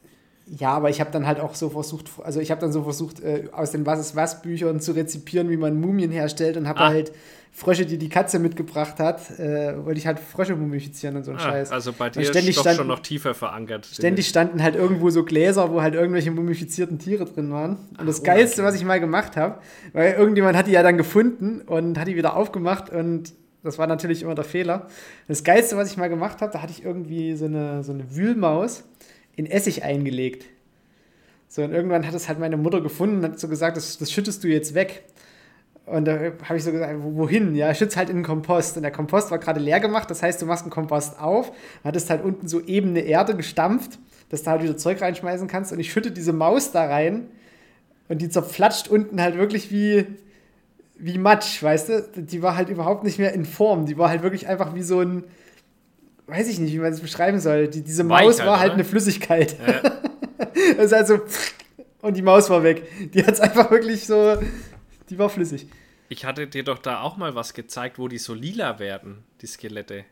B: Ja, aber ich habe dann halt auch so versucht, also ich habe dann so versucht, äh, aus den Was ist was Büchern zu rezipieren, wie man Mumien herstellt und habe
A: Ah.
B: halt Frösche, die die Katze mitgebracht hat, äh, wollte ich halt Frösche mumifizieren und so ein
A: Ah,
B: Scheiß.
A: also, bei dir
B: Und
A: ist
B: ständig
A: doch
B: standen-
A: schon noch tiefer verankert.
B: Ständig standen halt irgendwo so Gläser, wo halt irgendwelche mumifizierten Tiere drin waren. Und das
A: Ah,
B: Geilste,
A: unangenehm.
B: was ich mal gemacht habe, weil irgendjemand hat die ja dann gefunden und hat die wieder aufgemacht und das war natürlich immer der Fehler. Das Geilste, was ich mal gemacht habe, da hatte ich irgendwie so eine, so eine Wühlmaus in Essig eingelegt. So, und irgendwann hat es halt meine Mutter gefunden und hat so gesagt, das, das schüttest du jetzt weg. Und da habe ich so gesagt, wo- wohin? Ja, schütz halt in den Kompost. Und der Kompost war gerade leer gemacht, das heißt, du machst einen Kompost auf, hattest halt unten so ebene Erde gestampft, dass du halt wieder Zeug reinschmeißen kannst. Und ich schütte diese Maus da rein und die zerflatscht unten halt wirklich wie, wie Matsch, weißt du? Die war halt überhaupt nicht mehr in Form. Die war halt wirklich einfach wie so ein, weiß ich nicht, wie man es beschreiben soll. Die, diese
A: Weich
B: Maus
A: halt,
B: war halt
A: oder?
B: eine Flüssigkeit. Es ist halt so und die Maus war weg. Die hat es einfach wirklich so. Die war flüssig.
A: Ich hatte dir doch da auch mal was gezeigt, wo die so lila werden, die Skelette.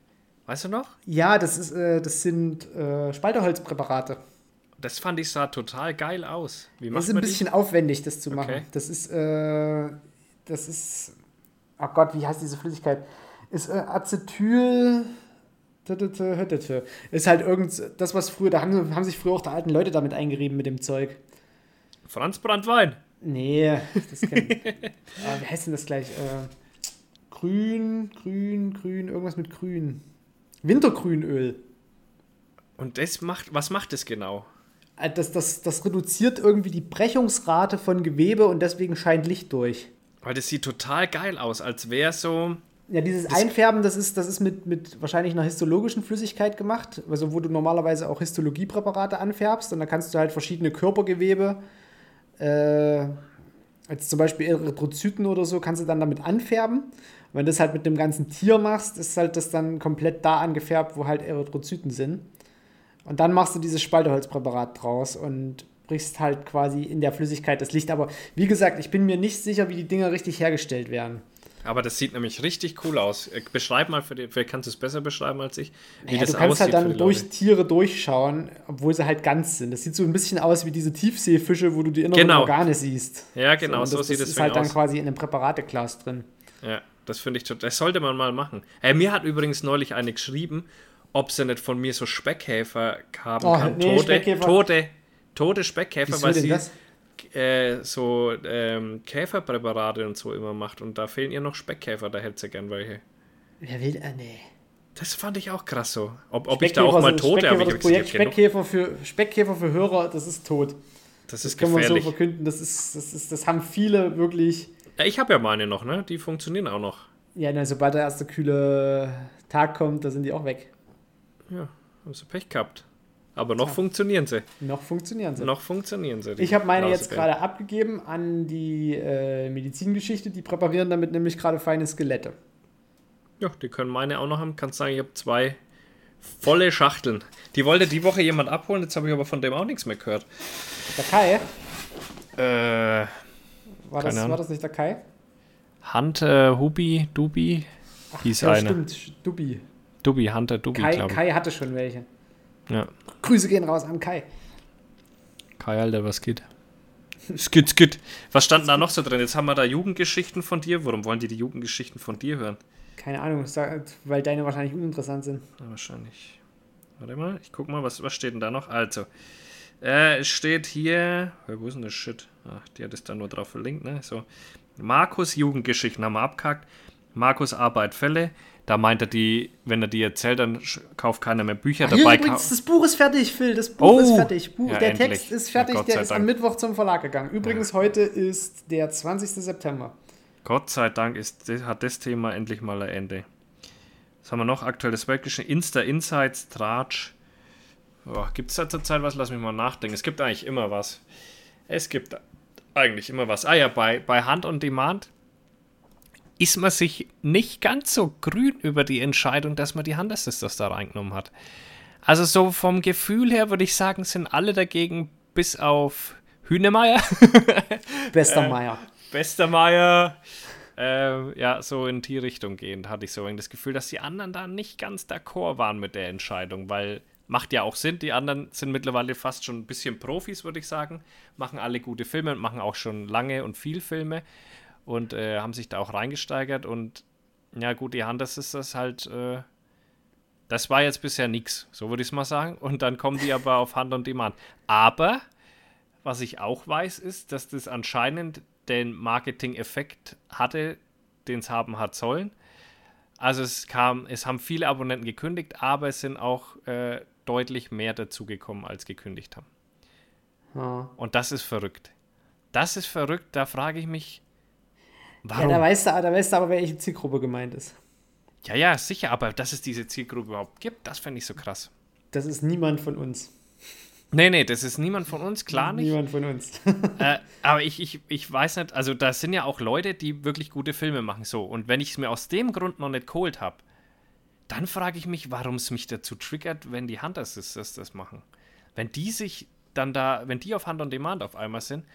A: Weißt du noch?
B: Ja, das, ist, äh, das sind äh, Spalterholzpräparate.
A: Das fand ich sah total geil aus. Wie
B: Das
A: macht
B: ist ein
A: man
B: bisschen aufwendig, das zu machen.
A: Okay.
B: Das ist, äh, das ist, oh Gott, wie heißt diese Flüssigkeit? Ist äh, Acetyl, tütütü, hütütü. ist halt irgend, das was früher, da haben, haben sich früher auch die alten Leute damit eingerieben mit dem Zeug.
A: die? Franz Brandwein.
B: Nee, das kann, Ah, wie heißt denn das gleich? Äh, grün, grün, grün, irgendwas mit grün. Wintergrünöl.
A: Und das macht, was macht das genau?
B: Äh, Das, das, das reduziert irgendwie die Brechungsrate von Gewebe und deswegen scheint Licht durch.
A: Weil das sieht total geil aus, als wäre so.
B: Ja, dieses Einfärben, das ist, das ist mit, mit wahrscheinlich einer histologischen Flüssigkeit gemacht, also wo du normalerweise auch Histologiepräparate anfärbst und da kannst du halt verschiedene Körpergewebe, äh, jetzt zum Beispiel Erythrozyten oder so, kannst du dann damit anfärben. Und wenn du das halt mit dem ganzen Tier machst, ist halt das dann komplett da angefärbt, wo halt Erythrozyten sind. Und dann machst du dieses Spalteholzpräparat draus und brichst halt quasi in der Flüssigkeit das Licht. Aber wie gesagt, ich bin mir nicht sicher, wie die Dinger richtig hergestellt werden.
A: Aber das sieht nämlich richtig cool aus. Äh, Beschreib mal für dich, vielleicht kannst du es besser beschreiben als ich, wie
B: Ja,
A: das
B: du kannst
A: aussieht
B: halt
A: für
B: dann
A: die
B: durch
A: Leute.
B: Tiere durchschauen, obwohl sie halt ganz sind. Das sieht so ein bisschen aus wie diese Tiefseefische, wo du die inneren
A: Genau.
B: Organe siehst.
A: Ja, genau,
B: und
A: so
B: das,
A: sieht
B: das
A: es
B: ist halt dann
A: aus.
B: quasi in einem Präparateglas drin.
A: Ja, das finde ich total. Das sollte man mal machen. Äh, mir hat übrigens neulich eine geschrieben, ob sie nicht von mir so Speckkäfer haben
B: Oh,
A: kann.
B: nee,
A: tote,
B: Speckkäfer.
A: tote, tote Speckkäfer,
B: Wieso
A: weil
B: denn
A: sie
B: das?
A: Äh, so ähm, Käferpräparate und so immer macht. Und da fehlen ihr noch Speckkäfer, da hätte sie gern welche.
B: Wer will, ah, nee.
A: Das fand ich auch krass so. Ob, ob ich da auch
B: Speckkäfer
A: mal
B: sind-
A: Tote habe,
B: Speckkäfer,
A: ich
B: das
A: hab gesagt,
B: Projekt
A: ich hab genug.
B: Speckkäfer für, Speckkäfer für Hörer, das ist tot.
A: Das
B: Das
A: ist
B: können wir so
A: gefährlich.
B: verkünden. Das, ist, das, ist, das haben viele wirklich.
A: Ja, ich habe ja meine noch, ne? Die funktionieren auch noch.
B: Ja, na, sobald der erste kühle Tag kommt, da sind die auch weg.
A: Ja, haben sie Pech gehabt. Aber noch funktionieren sie.
B: Noch funktionieren sie.
A: Noch funktionieren sie. die
B: Ich habe meine jetzt
A: Blausebären.
B: gerade abgegeben an die äh, Medizingeschichte. Die präparieren damit nämlich gerade feine Skelette.
A: Ja, die können meine auch noch haben. Kannst sagen, ich habe zwei volle Schachteln. Die wollte die Woche jemand abholen, jetzt habe ich aber von dem auch nichts mehr gehört.
B: Der Kai,
A: Äh,
B: war,
A: Keine
B: das,
A: Ahnung.
B: war das nicht der Kai?
A: Hunter Hubi, Dubi hieß
B: ja,
A: einer.
B: stimmt. Dubi.
A: Dubi, Hunter Dubi,
B: Kai,
A: glaube
B: Kai hatte schon welche.
A: ich. Ja.
B: Grüße gehen raus an Kai.
A: Kai, Alter, was geht? Skit, skit. Was stand da noch so drin? Jetzt haben wir da Jugendgeschichten von dir. Warum wollen die die Jugendgeschichten von dir hören?
B: Keine Ahnung, sag- weil deine wahrscheinlich uninteressant sind.
A: Na, wahrscheinlich. Warte mal, ich guck mal, was, was steht denn da noch? Also, äh, es steht hier. Hä, Wo ist denn das Shit? Ach, die hat es da nur drauf verlinkt, ne? So. Markus Jugendgeschichten haben wir abgehakt. Markus Arbeit Fälle. Da meint er die, wenn er die erzählt, dann sch- kauft keiner mehr Bücher.
B: Hier
A: Dabei
B: übrigens,
A: kau-
B: das Buch ist fertig, Phil. Das Buch ist
A: Oh.
B: fertig. Buch,
A: Ja,
B: der
A: endlich.
B: Text ist fertig.
A: Ja, Gott
B: der
A: sei
B: ist am
A: Dank.
B: Mittwoch zum Verlag gegangen. Übrigens, heute ist der 20. September.
A: Gott sei Dank ist, hat das Thema endlich mal ein Ende. Was haben wir noch? Aktuelles Weltgeschehen. Insta Insights, Tratsch. Gibt es da zurzeit was? Lass mich mal nachdenken. Es gibt eigentlich immer was. Es gibt eigentlich immer was. Ah ja, bei, bei Hand on Demand ist man sich nicht ganz so grün über die Entscheidung, dass man die Handelssisters da reingenommen hat. Also so vom Gefühl her würde ich sagen, sind alle dagegen, bis auf Hühnemeier. Äh.
B: Bester Meier.
A: Westermeier. Ähm, ja, so in die Richtung gehend hatte ich so irgendwie das Gefühl, dass die anderen da nicht ganz d'accord waren mit der Entscheidung, weil macht ja auch Sinn. Die anderen sind mittlerweile fast schon ein bisschen Profis, würde ich sagen. Machen alle gute Filme und machen auch schon lange und viel Filme und äh, haben sich da auch reingesteigert. Und ja, gut, die Hand, das ist das halt. Äh, das war jetzt bisher nix, so würde ich es mal sagen. Und dann kommen die aber auf Hand und Demand. Aber was ich auch weiß, ist, dass das anscheinend den Marketing-Effekt hatte, den es haben hat sollen. Also es kam, es haben viele Abonnenten gekündigt, aber es sind auch äh, deutlich mehr dazugekommen, als gekündigt haben.
B: Ja.
A: Und das ist verrückt. Das ist verrückt, da frage ich mich,
B: Ja,
A: warum?
B: da weißt du, da weißt du aber, welche Zielgruppe gemeint ist.
A: ja, ja, sicher, aber dass es diese Zielgruppe überhaupt gibt, das fände ich so krass.
B: Das ist niemand von uns.
A: Nee, nee, das ist niemand von uns, klar nicht.
B: Niemand von uns.
A: Äh, aber ich, ich, ich weiß nicht, also da sind ja auch Leute, die wirklich gute Filme machen, so. Und wenn ich es mir aus dem Grund noch nicht geholt habe, dann frage ich mich, warum es mich dazu triggert, wenn die Hunter Sisters das machen. Wenn die sich dann da, wenn die auf Hand on Demand auf einmal sind,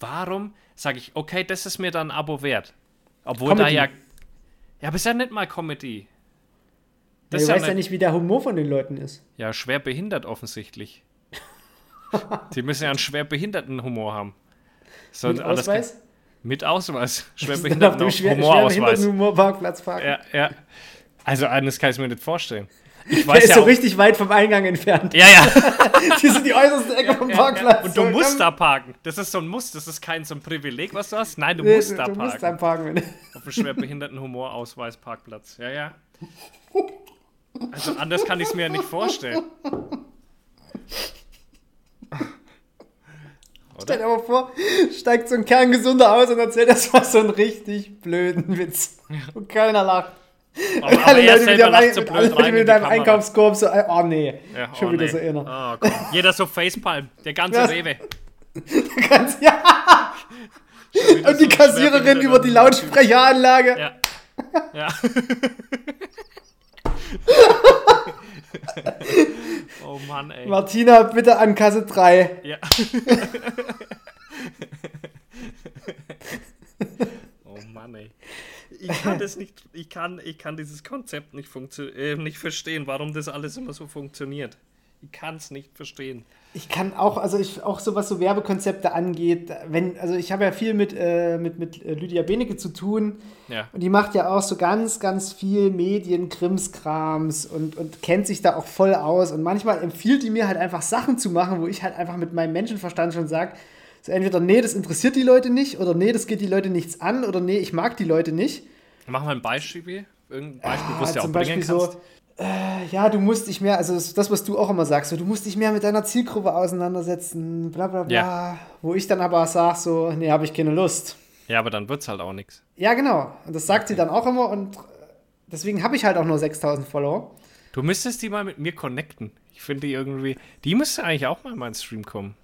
A: warum sage ich, okay, das ist mir dann ein Abo wert? Obwohl da
B: Comedy.
A: ja. Ja, aber ist ja nicht mal Comedy.
B: Ja,
A: Das
B: du
A: ist ja
B: weißt
A: nicht-
B: ja nicht, wie der Humor von den Leuten ist.
A: ja, schwer behindert offensichtlich. Die müssen ja einen schwer behinderten Humor haben. So,
B: Mit
A: alles kann-
B: Ausweis?
A: Mit Ausweis. Schwer
B: Das ist dann auf
A: behinderten
B: dem schwer,
A: Humorausweis.
B: schwerbehinderten Humorparkplatz parken.
A: Ja, ja. Also anders kann ich es mir nicht vorstellen. Ich
B: Der
A: weiß
B: ist
A: ja
B: so
A: auch,
B: richtig weit vom Eingang entfernt.
A: Ja, ja.
B: Die sind die äußerste Ecke vom Parkplatz.
A: Und du
B: So,
A: musst
B: komm,
A: da parken. Das ist so ein Muss. Das ist kein so ein Privileg, was du hast. Nein, du
B: nee,
A: musst da
B: du
A: parken.
B: musst da parken.
A: Auf dem schwerbehinderten Humorausweis Parkplatz. Ja, ja. Also anders kann ich es mir ja nicht vorstellen.
B: Stell dir mal vor, steigt so ein kerngesunder aus und erzählt erstmal so einen richtig blöden Witz. Und keiner lacht.
A: Aber, aber
B: alle
A: er
B: Leute mit
A: selber
B: ihrem,
A: lacht so
B: mit, alle
A: blöd
B: Leute
A: rein in die
B: mit deinem
A: Kamera.
B: Einkaufskorb so, äh, oh nee,
A: Ja,
B: schon
A: oh
B: wieder
A: nee.
B: so erinnert.
A: Oh Gott. Jeder so Facepalm, der ganze
B: Ja.
A: Rewe.
B: Ganz, ja,
A: Wieder
B: und die
A: so
B: Kassiererin
A: schwerbehinderte
B: über die Lautsprecheranlage.
A: Ja. Ja. oh Mann, ey.
B: Martina, bitte an Kasse 3.
A: Ja. oh Mann, ey. Ich kann das nicht, ich kann, ich kann dieses Konzept nicht, funktio- äh, nicht verstehen, warum das alles immer so funktioniert. Ich kann es nicht verstehen.
B: Ich kann auch, also ich auch so was so Werbekonzepte angeht, wenn, also ich habe ja viel mit, äh, mit, mit äh, Lydia Benecke zu tun.
A: Ja.
B: Und die macht ja auch so ganz, ganz viel Medien, Krimskrams und, und kennt sich da auch voll aus. Und manchmal empfiehlt die mir halt einfach Sachen zu machen, wo ich halt einfach mit meinem Menschenverstand schon sage, so entweder nee, das interessiert die Leute nicht oder nee, das geht die Leute nichts an oder nee, ich mag die Leute nicht.
A: Machen wir ein Beispiel. Irgendein Beispiel,
B: Ah,
A: wo es ja also auch
B: zum
A: bringen
B: Beispiel
A: kannst.
B: so, äh, ja, du musst dich mehr, also das, das, was du auch immer sagst, so, du musst dich mehr mit deiner Zielgruppe auseinandersetzen, bla bla bla.
A: Ja.
B: Wo ich dann aber sage, so, nee, habe ich keine Lust.
A: Ja, aber dann wird's halt auch nichts.
B: Ja, genau. Und das sagt sie dann auch immer und äh, deswegen habe ich halt auch nur 6000 Follower.
A: Du müsstest die mal mit mir connecten. Ich finde die irgendwie. Die müsste eigentlich auch mal in meinen Stream kommen.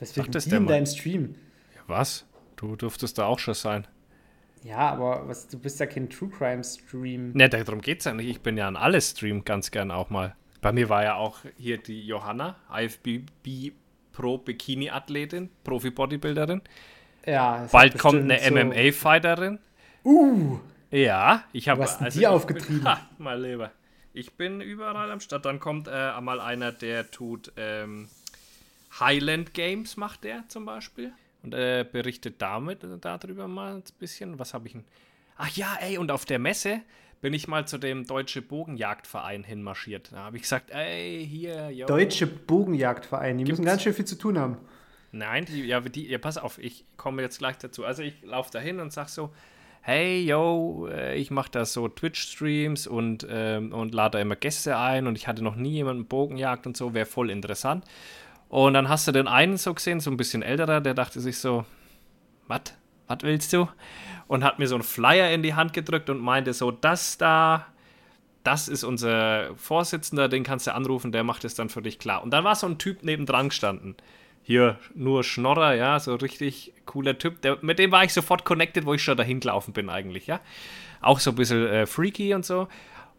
B: Was
A: Sagt
B: wird
A: das
B: die
A: der
B: in
A: Mann?
B: deinem Stream?
A: Ja, was? Du dürftest da auch schon sein.
B: Ja, aber was, du bist ja kein True Crime Stream.
A: Ne, darum geht's ja nicht. Ich bin ja an alle Stream ganz gern auch mal. Bei mir war ja auch hier die Johanna, IFBB Pro Bikini Athletin, Profi Bodybuilderin.
B: Ja, es
A: Bald
B: hat
A: kommt eine
B: bestimmt so-
A: MMA Fighterin.
B: Uh,
A: Ja, ich habe.
B: Wo hast denn die
A: Ich
B: aufgetrieben?
A: bin, ha, mein Lieber. Ich bin überall am Start. Dann kommt äh, mal einer, der tut ähm, Highland Games, macht der zum Beispiel. Und äh, berichtet damit äh, darüber mal ein bisschen. Was habe ich denn? Ach ja, ey, und auf der Messe bin ich mal zu dem Deutsche Bogenjagdverein hinmarschiert. Da habe ich gesagt, ey, hier, yo.
B: Deutsche Bogenjagdverein, die müssen ganz schön viel zu tun haben.
A: Nein, die, ja, die, ja, pass auf, ich komme jetzt gleich dazu. Also ich laufe dahin und sag so, hey, yo, äh, ich mache da so Twitch-Streams und, ähm, und lade da immer Gäste ein und ich hatte noch nie jemanden Bogenjagd und so, wäre voll interessant. Und dann hast du den einen so gesehen, so ein bisschen älterer, der dachte sich so, was, was willst du? Und hat mir so einen Flyer in die Hand gedrückt und meinte so, das da, das ist unser Vorsitzender, den kannst du anrufen, der macht es dann für dich klar. Und dann war so ein Typ nebendran gestanden hier nur Schnorrer, ja, so richtig cooler Typ. Der, mit dem war ich sofort connected, wo ich schon dahin gelaufen bin eigentlich, ja. Auch so ein bisschen äh, freaky und so.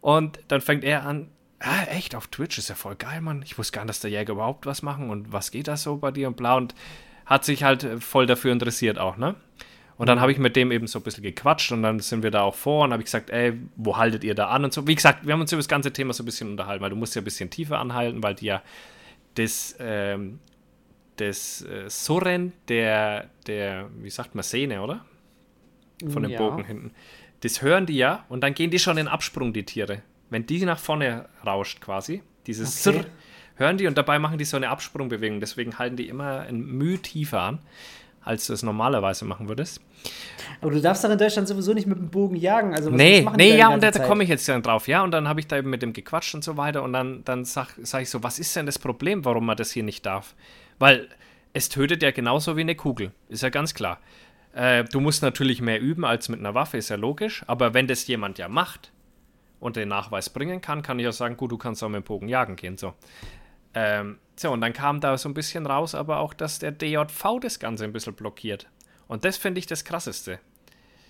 A: Und dann fängt er an, ah, echt, auf Twitch ist ja voll geil, Mann. Ich wusste gar nicht, dass der Jäger überhaupt was machen und was geht da so bei dir und bla. Und hat sich halt voll dafür interessiert auch, ne? Und dann habe ich mit dem eben so ein bisschen gequatscht und dann sind wir da auch vor und habe ich gesagt, ey, wo haltet ihr da an und so. Wie gesagt, wir haben uns über das ganze Thema so ein bisschen unterhalten, weil du musst ja ein bisschen tiefer anhalten, weil die ja das ähm, das äh, Surren der, der, wie sagt man, Sehne, oder? Von dem
B: Ja.
A: Bogen hinten. Das hören die ja und dann gehen die schon in Absprung, die Tiere. Wenn die nach vorne rauscht quasi, dieses
B: Okay.
A: Sirr, hören die und dabei machen die so eine Absprungbewegung. Deswegen halten die immer ein Mühe tiefer an, als du es normalerweise machen würdest.
B: Aber du darfst doch in Deutschland sowieso nicht mit dem Bogen jagen. Also was
A: Nee,
B: machen die
A: nee,
B: da
A: ja,
B: die
A: und da,
B: ganze
A: da
B: Zeit?
A: komme ich jetzt dann drauf, ja, und dann habe ich da eben mit dem gequatscht und so weiter und dann, dann sage sag ich so, was ist denn das Problem, warum man das hier nicht darf? Weil es tötet ja genauso wie eine Kugel, ist ja ganz klar. Äh, du musst natürlich mehr üben als mit einer Waffe, ist ja logisch, aber wenn das jemand ja macht und den Nachweis bringen kann, kann ich auch sagen, gut, du kannst auch mit dem Bogen jagen gehen, so. Ähm, so, und dann kam da so ein bisschen raus, aber auch, dass der DJV das Ganze ein bisschen blockiert. Und das finde ich das Krasseste.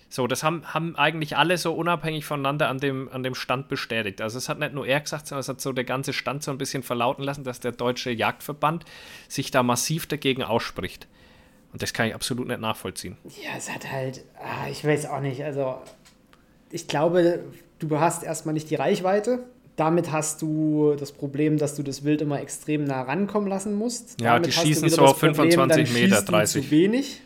A: So, das haben, haben eigentlich alle so unabhängig voneinander an dem, an dem Stand bestätigt. Also es hat nicht nur er gesagt, sondern es hat so der ganze Stand so ein bisschen verlauten lassen, dass der Deutsche Jagdverband sich da massiv dagegen ausspricht. Und das kann ich absolut nicht nachvollziehen.
B: Ja, es hat halt, ah, ich weiß auch nicht, also ich glaube, du hast erstmal nicht die Reichweite. Damit hast du das Problem, dass du das Wild immer extrem nah rankommen lassen musst.
A: Ja,
B: Damit
A: die
B: hast du
A: schießen
B: wieder
A: so
B: das
A: auf 25
B: dann
A: Meter,
B: schießt die
A: 30.
B: Zu wenig.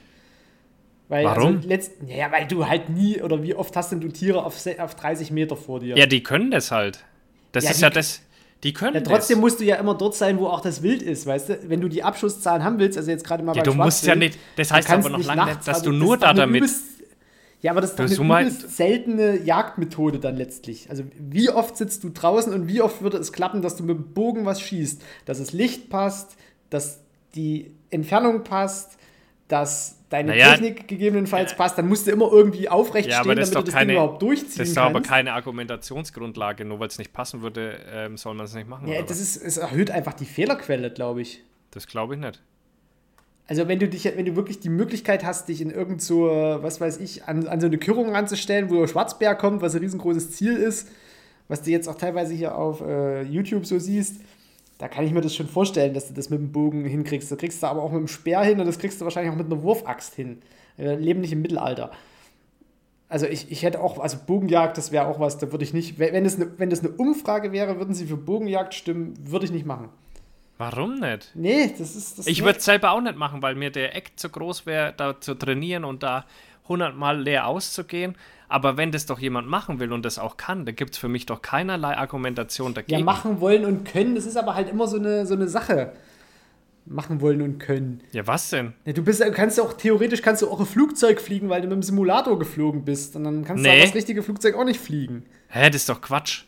B: Weil,
A: Warum?
B: Also letzt, ja, weil du halt nie oder wie oft hast denn du Tiere auf, se- auf 30 Meter vor dir?
A: Ja, die können das halt. Das
B: Ja,
A: ist
B: die-
A: ja das. Die können
B: Ja, trotzdem
A: das.
B: musst du ja immer dort sein, wo auch das Wild ist, weißt du? Wenn du die Abschusszahlen haben willst, also jetzt gerade mal
A: Ja,
B: beim
A: du musst ja
B: Schwarzwild,
A: nicht. Das
B: Du
A: heißt
B: kannst
A: aber noch
B: nicht
A: lange
B: nachts-
A: nicht, dass
B: also
A: du
B: das
A: nur
B: ist doch
A: da
B: eine
A: damit.
B: übelst- Ja, aber das ist
A: Du
B: doch
A: so
B: eine
A: mal-
B: übelst seltene Jagdmethode dann letztlich. Also wie oft sitzt du draußen und wie oft würde es klappen, dass du mit dem Bogen was schießt? Dass es Licht passt, dass die Entfernung passt, dass deine
A: Naja,
B: Technik gegebenenfalls passt. Dann musst du immer irgendwie aufrecht
A: Ja, aber
B: stehen,
A: das ist
B: damit du
A: doch
B: das
A: keine-
B: Ding überhaupt durchziehen
A: Das ist doch
B: kannst.
A: aber keine Argumentationsgrundlage. Nur weil es nicht passen würde, ähm, soll man es nicht machen.
B: ja,
A: oder
B: das
A: was?
B: ist, es erhöht einfach die Fehlerquelle, glaube ich.
A: das glaube ich nicht.
B: Also wenn du dich, wenn du wirklich die Möglichkeit hast, dich in irgend so, äh, was weiß ich, an, an so eine Körung ranzustellen, wo der Schwarzbär kommt, was ein riesengroßes Ziel ist, was du jetzt auch teilweise hier auf äh, YouTube so siehst, da kann ich mir das schon vorstellen, dass du das mit dem Bogen hinkriegst. Da kriegst du aber auch mit dem Speer hin und das kriegst du wahrscheinlich auch mit einer Wurfaxt hin. Wir leben nicht im Mittelalter. Also ich, ich hätte auch, also Bogenjagd, das wäre auch was, da würde ich nicht, wenn wenn es eine, wenn das eine Umfrage wäre, würden sie für Bogenjagd stimmen, würde ich nicht machen.
A: Warum nicht?
B: Nee, das ist das
A: Ich würde es selber auch nicht machen, weil mir der Act zu groß wäre, da zu trainieren und da hundertmal leer auszugehen. Aber wenn das doch jemand machen will und das auch kann, dann gibt es für mich doch keinerlei Argumentation
B: Ja,
A: dagegen.
B: machen wollen und können, das ist aber halt immer so eine, so eine Sache. Machen wollen und können.
A: Ja, was denn?
B: Ja, du bist, kannst ja auch theoretisch kannst du auch ein Flugzeug fliegen, weil du mit dem Simulator geflogen bist. Und dann kannst du
A: Nee.
B: aber das richtige Flugzeug auch nicht fliegen.
A: Hä, das ist doch Quatsch.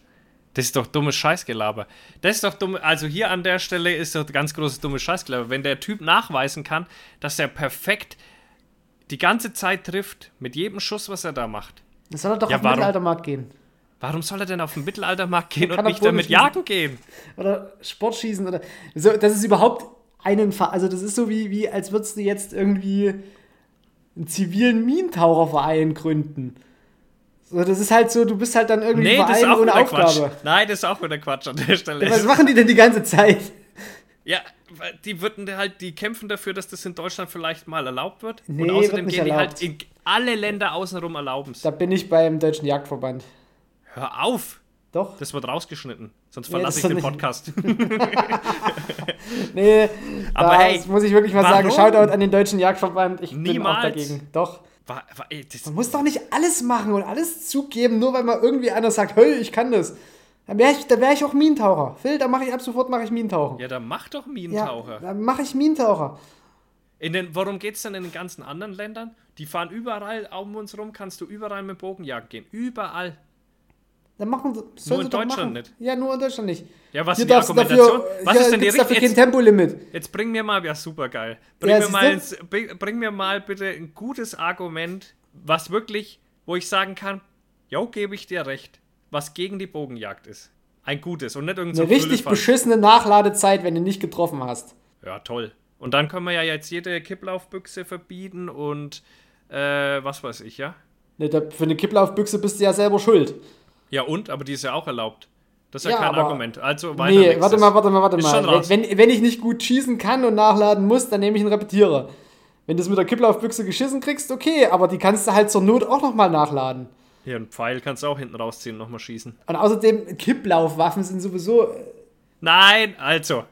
A: Das ist doch dummes Scheißgelaber. Das ist doch dumm. Also hier an der Stelle ist doch ganz großes dummes Scheißgelaber. Wenn der Typ nachweisen kann, dass er perfekt die ganze Zeit trifft, mit jedem Schuss, was er da macht.
B: Das soll er doch
A: Ja,
B: auf
A: warum?
B: den Mittelaltermarkt gehen.
A: Warum soll er denn auf den Mittelaltermarkt gehen
B: Kann
A: und
B: er
A: nicht damit
B: Bogenschießen?
A: jagen gehen?
B: Oder Sportschießen oder. So, das ist überhaupt einen Ver Also, das ist so wie, wie als würdest du jetzt irgendwie einen zivilen Minentaucherverein gründen. So, das ist halt so, du bist halt dann irgendwie
A: Nee,
B: ein
A: das ist
B: Verein
A: auch
B: ohne
A: wieder
B: Aufgabe.
A: Quatsch. Nein, das ist auch wieder Quatsch an der Stelle.
B: Was machen die denn die ganze Zeit?
A: Ja, weil die würden da halt, die kämpfen dafür, dass das in Deutschland vielleicht mal erlaubt wird.
B: Nee,
A: und
B: wird
A: außerdem
B: nicht
A: gehen die
B: erlaubt.
A: halt in alle Länder außenrum erlauben es.
B: Da bin ich beim Deutschen Jagdverband.
A: Hör auf!
B: Doch?
A: Das wird rausgeschnitten, sonst
B: Nee,
A: verlasse
B: das ist
A: ich den
B: nicht-
A: Podcast.
B: Nee,
A: Aber
B: da
A: hey,
B: das muss ich wirklich mal
A: warum?
B: sagen. Shoutout an den Deutschen Jagdverband. Ich bin auch
A: Niemals.
B: dagegen. Doch.
A: Wa- wa- ey, das,
B: Man muss doch nicht alles machen und alles zugeben, nur weil mal irgendwie einer sagt, hey, ich kann das. Dann wäre ich, dann wär ich auch Minentaucher. Phil, dann mache ich ab sofort mache ich Minentauchen.
A: ja, dann mach doch
B: Ja,
A: Minentaucher.
B: dann mache ich Minentaucher.
A: In den, worum geht es denn in den ganzen anderen Ländern? Die fahren überall um uns rum, kannst du überall mit Bogen jagen gehen. Überall.
B: Dann machen sie, sollen
A: in
B: sie doch
A: Deutschland
B: machen.
A: nicht.
B: Ja, nur in Deutschland nicht.
A: Ja, was
B: Hier
A: ist die
B: darfst du
A: Argumentation?
B: Dafür,
A: Was
B: hier
A: ist denn die
B: gibt's dafür kein
A: richtige? Jetzt,
B: Tempolimit.
A: jetzt bring mir mal, ja super geil. Bring,
B: Ja,
A: mir
B: siehst
A: mal
B: du?
A: ins, bring, bring mir mal bitte ein gutes Argument, was wirklich, wo ich sagen kann, jo, gebe ich dir recht, was gegen die Bogenjagd ist. Ein gutes und nicht irgendein
B: Eine richtig
A: Füllefass.
B: beschissene Nachladezeit, wenn du nicht getroffen hast.
A: Ja, toll. Und dann können wir ja jetzt jede Kipplaufbüchse verbieten und äh, was weiß ich, ja?
B: Ne, da, für eine Kipplaufbüchse bist du ja selber schuld.
A: Ja und, aber die ist ja auch erlaubt. Das ist ja,
B: Ja,
A: kein
B: aber-
A: Argument. Also weiter.
B: Nee,
A: nächstes.
B: warte mal, warte mal, warte
A: Ist schon
B: mal.
A: raus.
B: Wenn, wenn ich nicht gut schießen kann und nachladen muss, dann nehme ich einen Repetierer. Wenn du es mit der Kipplaufbüchse geschissen kriegst, okay, aber die kannst du halt zur Not auch nochmal nachladen.
A: Hier, einen Pfeil kannst du auch hinten rausziehen und nochmal schießen.
B: Und außerdem, Kipplaufwaffen sind sowieso.
A: Nein, also.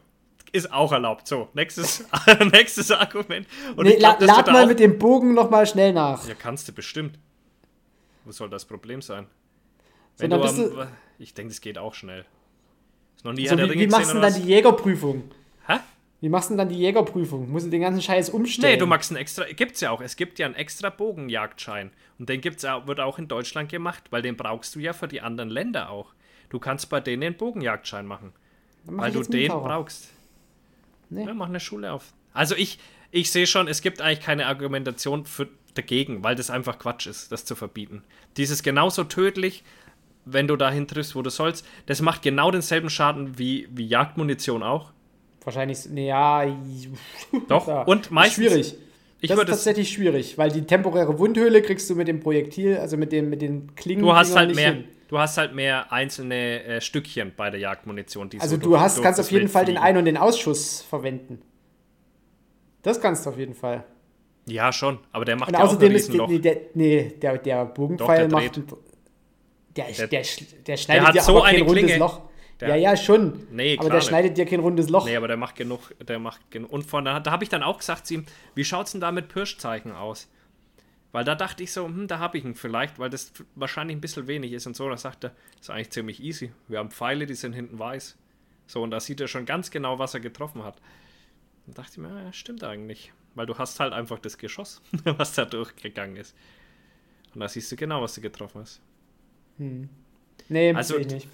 A: Ist auch erlaubt. So, nächstes, nächstes Argument. Und
B: Nee,
A: ich glaub,
B: la,
A: dass du
B: lad
A: da
B: mal
A: auch-
B: mit dem Bogen nochmal schnell nach.
A: Ja, kannst du bestimmt. Wo soll das Problem sein?
B: So,
A: Wenn
B: dann
A: du
B: bist
A: am,
B: du-
A: Ich denke, das geht auch schnell. Ist noch nie
B: so,
A: Herr der
B: wie,
A: Ringe
B: wie machst du
A: gesehen,
B: denn dann
A: oder
B: die Jägerprüfung?
A: was? Hä?
B: Wie machst du denn dann die Jägerprüfung? Musst du den ganzen Scheiß umstellen?
A: Nee, du magst einen extra. Gibt's ja auch. Es gibt ja einen extra Bogenjagdschein. Und den gibt's auch, wird auch in Deutschland gemacht, weil den brauchst du ja für die anderen Länder auch. Du kannst bei denen den Bogenjagdschein machen.
B: Dann mach
A: Weil
B: ich
A: du
B: jetzt
A: den
B: Minotaur.
A: brauchst.
B: Nee.
A: Ja, mach eine Schule auf. Also ich, ich sehe schon, es gibt eigentlich keine Argumentation für, dagegen, weil das einfach Quatsch ist, das zu verbieten. Dies ist genauso tödlich, wenn du dahin triffst, wo du sollst. Das macht genau denselben Schaden wie, wie Jagdmunition auch.
B: Wahrscheinlich, nee, ja. i-
A: Doch,
B: ja.
A: und meistens.
B: Schwierig.
A: Ich
B: das ist
A: würde es-
B: tatsächlich schwierig, weil die temporäre Wundhöhle kriegst du mit dem Projektil, also mit, dem, mit den Klingen.
A: Du hast halt
B: nicht
A: mehr,
B: hin.
A: du hast halt mehr einzelne äh, Stückchen bei der Jagdmunition. Die
B: Also
A: so
B: du
A: durch-
B: hast,
A: durch
B: kannst
A: das
B: auf jeden
A: Wild
B: Fall den
A: fliegen.
B: Ein- und den Ausschuss verwenden. Das kannst du auf jeden Fall.
A: Ja, schon, aber der macht
B: Und
A: ja auch ein
B: außerdem ist die,
A: Riesenloch.
B: nee, der, nee, der, der Bogenpfeil
A: Doch, der
B: macht.
A: dreht.
B: ein- Der, der,
A: Der-
B: der, sch- der schneidet
A: hat
B: dir
A: so
B: aber kein
A: eine
B: rundes
A: Klinge.
B: Loch.
A: Der-
B: ja, ja, schon.
A: Nee,
B: aber
A: klar
B: der
A: nicht.
B: schneidet dir kein rundes Loch.
A: Nee, aber der macht genug, der macht genug. Und von da, da habe ich dann auch gesagt zu ihm, wie schaut's denn da mit Pirschzeichen aus? Weil da dachte ich so, hm, da habe ich ihn vielleicht, weil das f- wahrscheinlich ein bisschen wenig ist und so. Da sagt er, ist eigentlich ziemlich easy. Wir haben Pfeile, die sind hinten weiß. So, und da sieht er schon ganz genau, was er getroffen hat. Da dachte ich mir, ja, stimmt eigentlich. Weil du hast halt einfach das Geschoss, was da durchgegangen ist. Und da siehst du genau, was du getroffen hast.
B: Nee,
A: Also-
B: sehe ich nicht.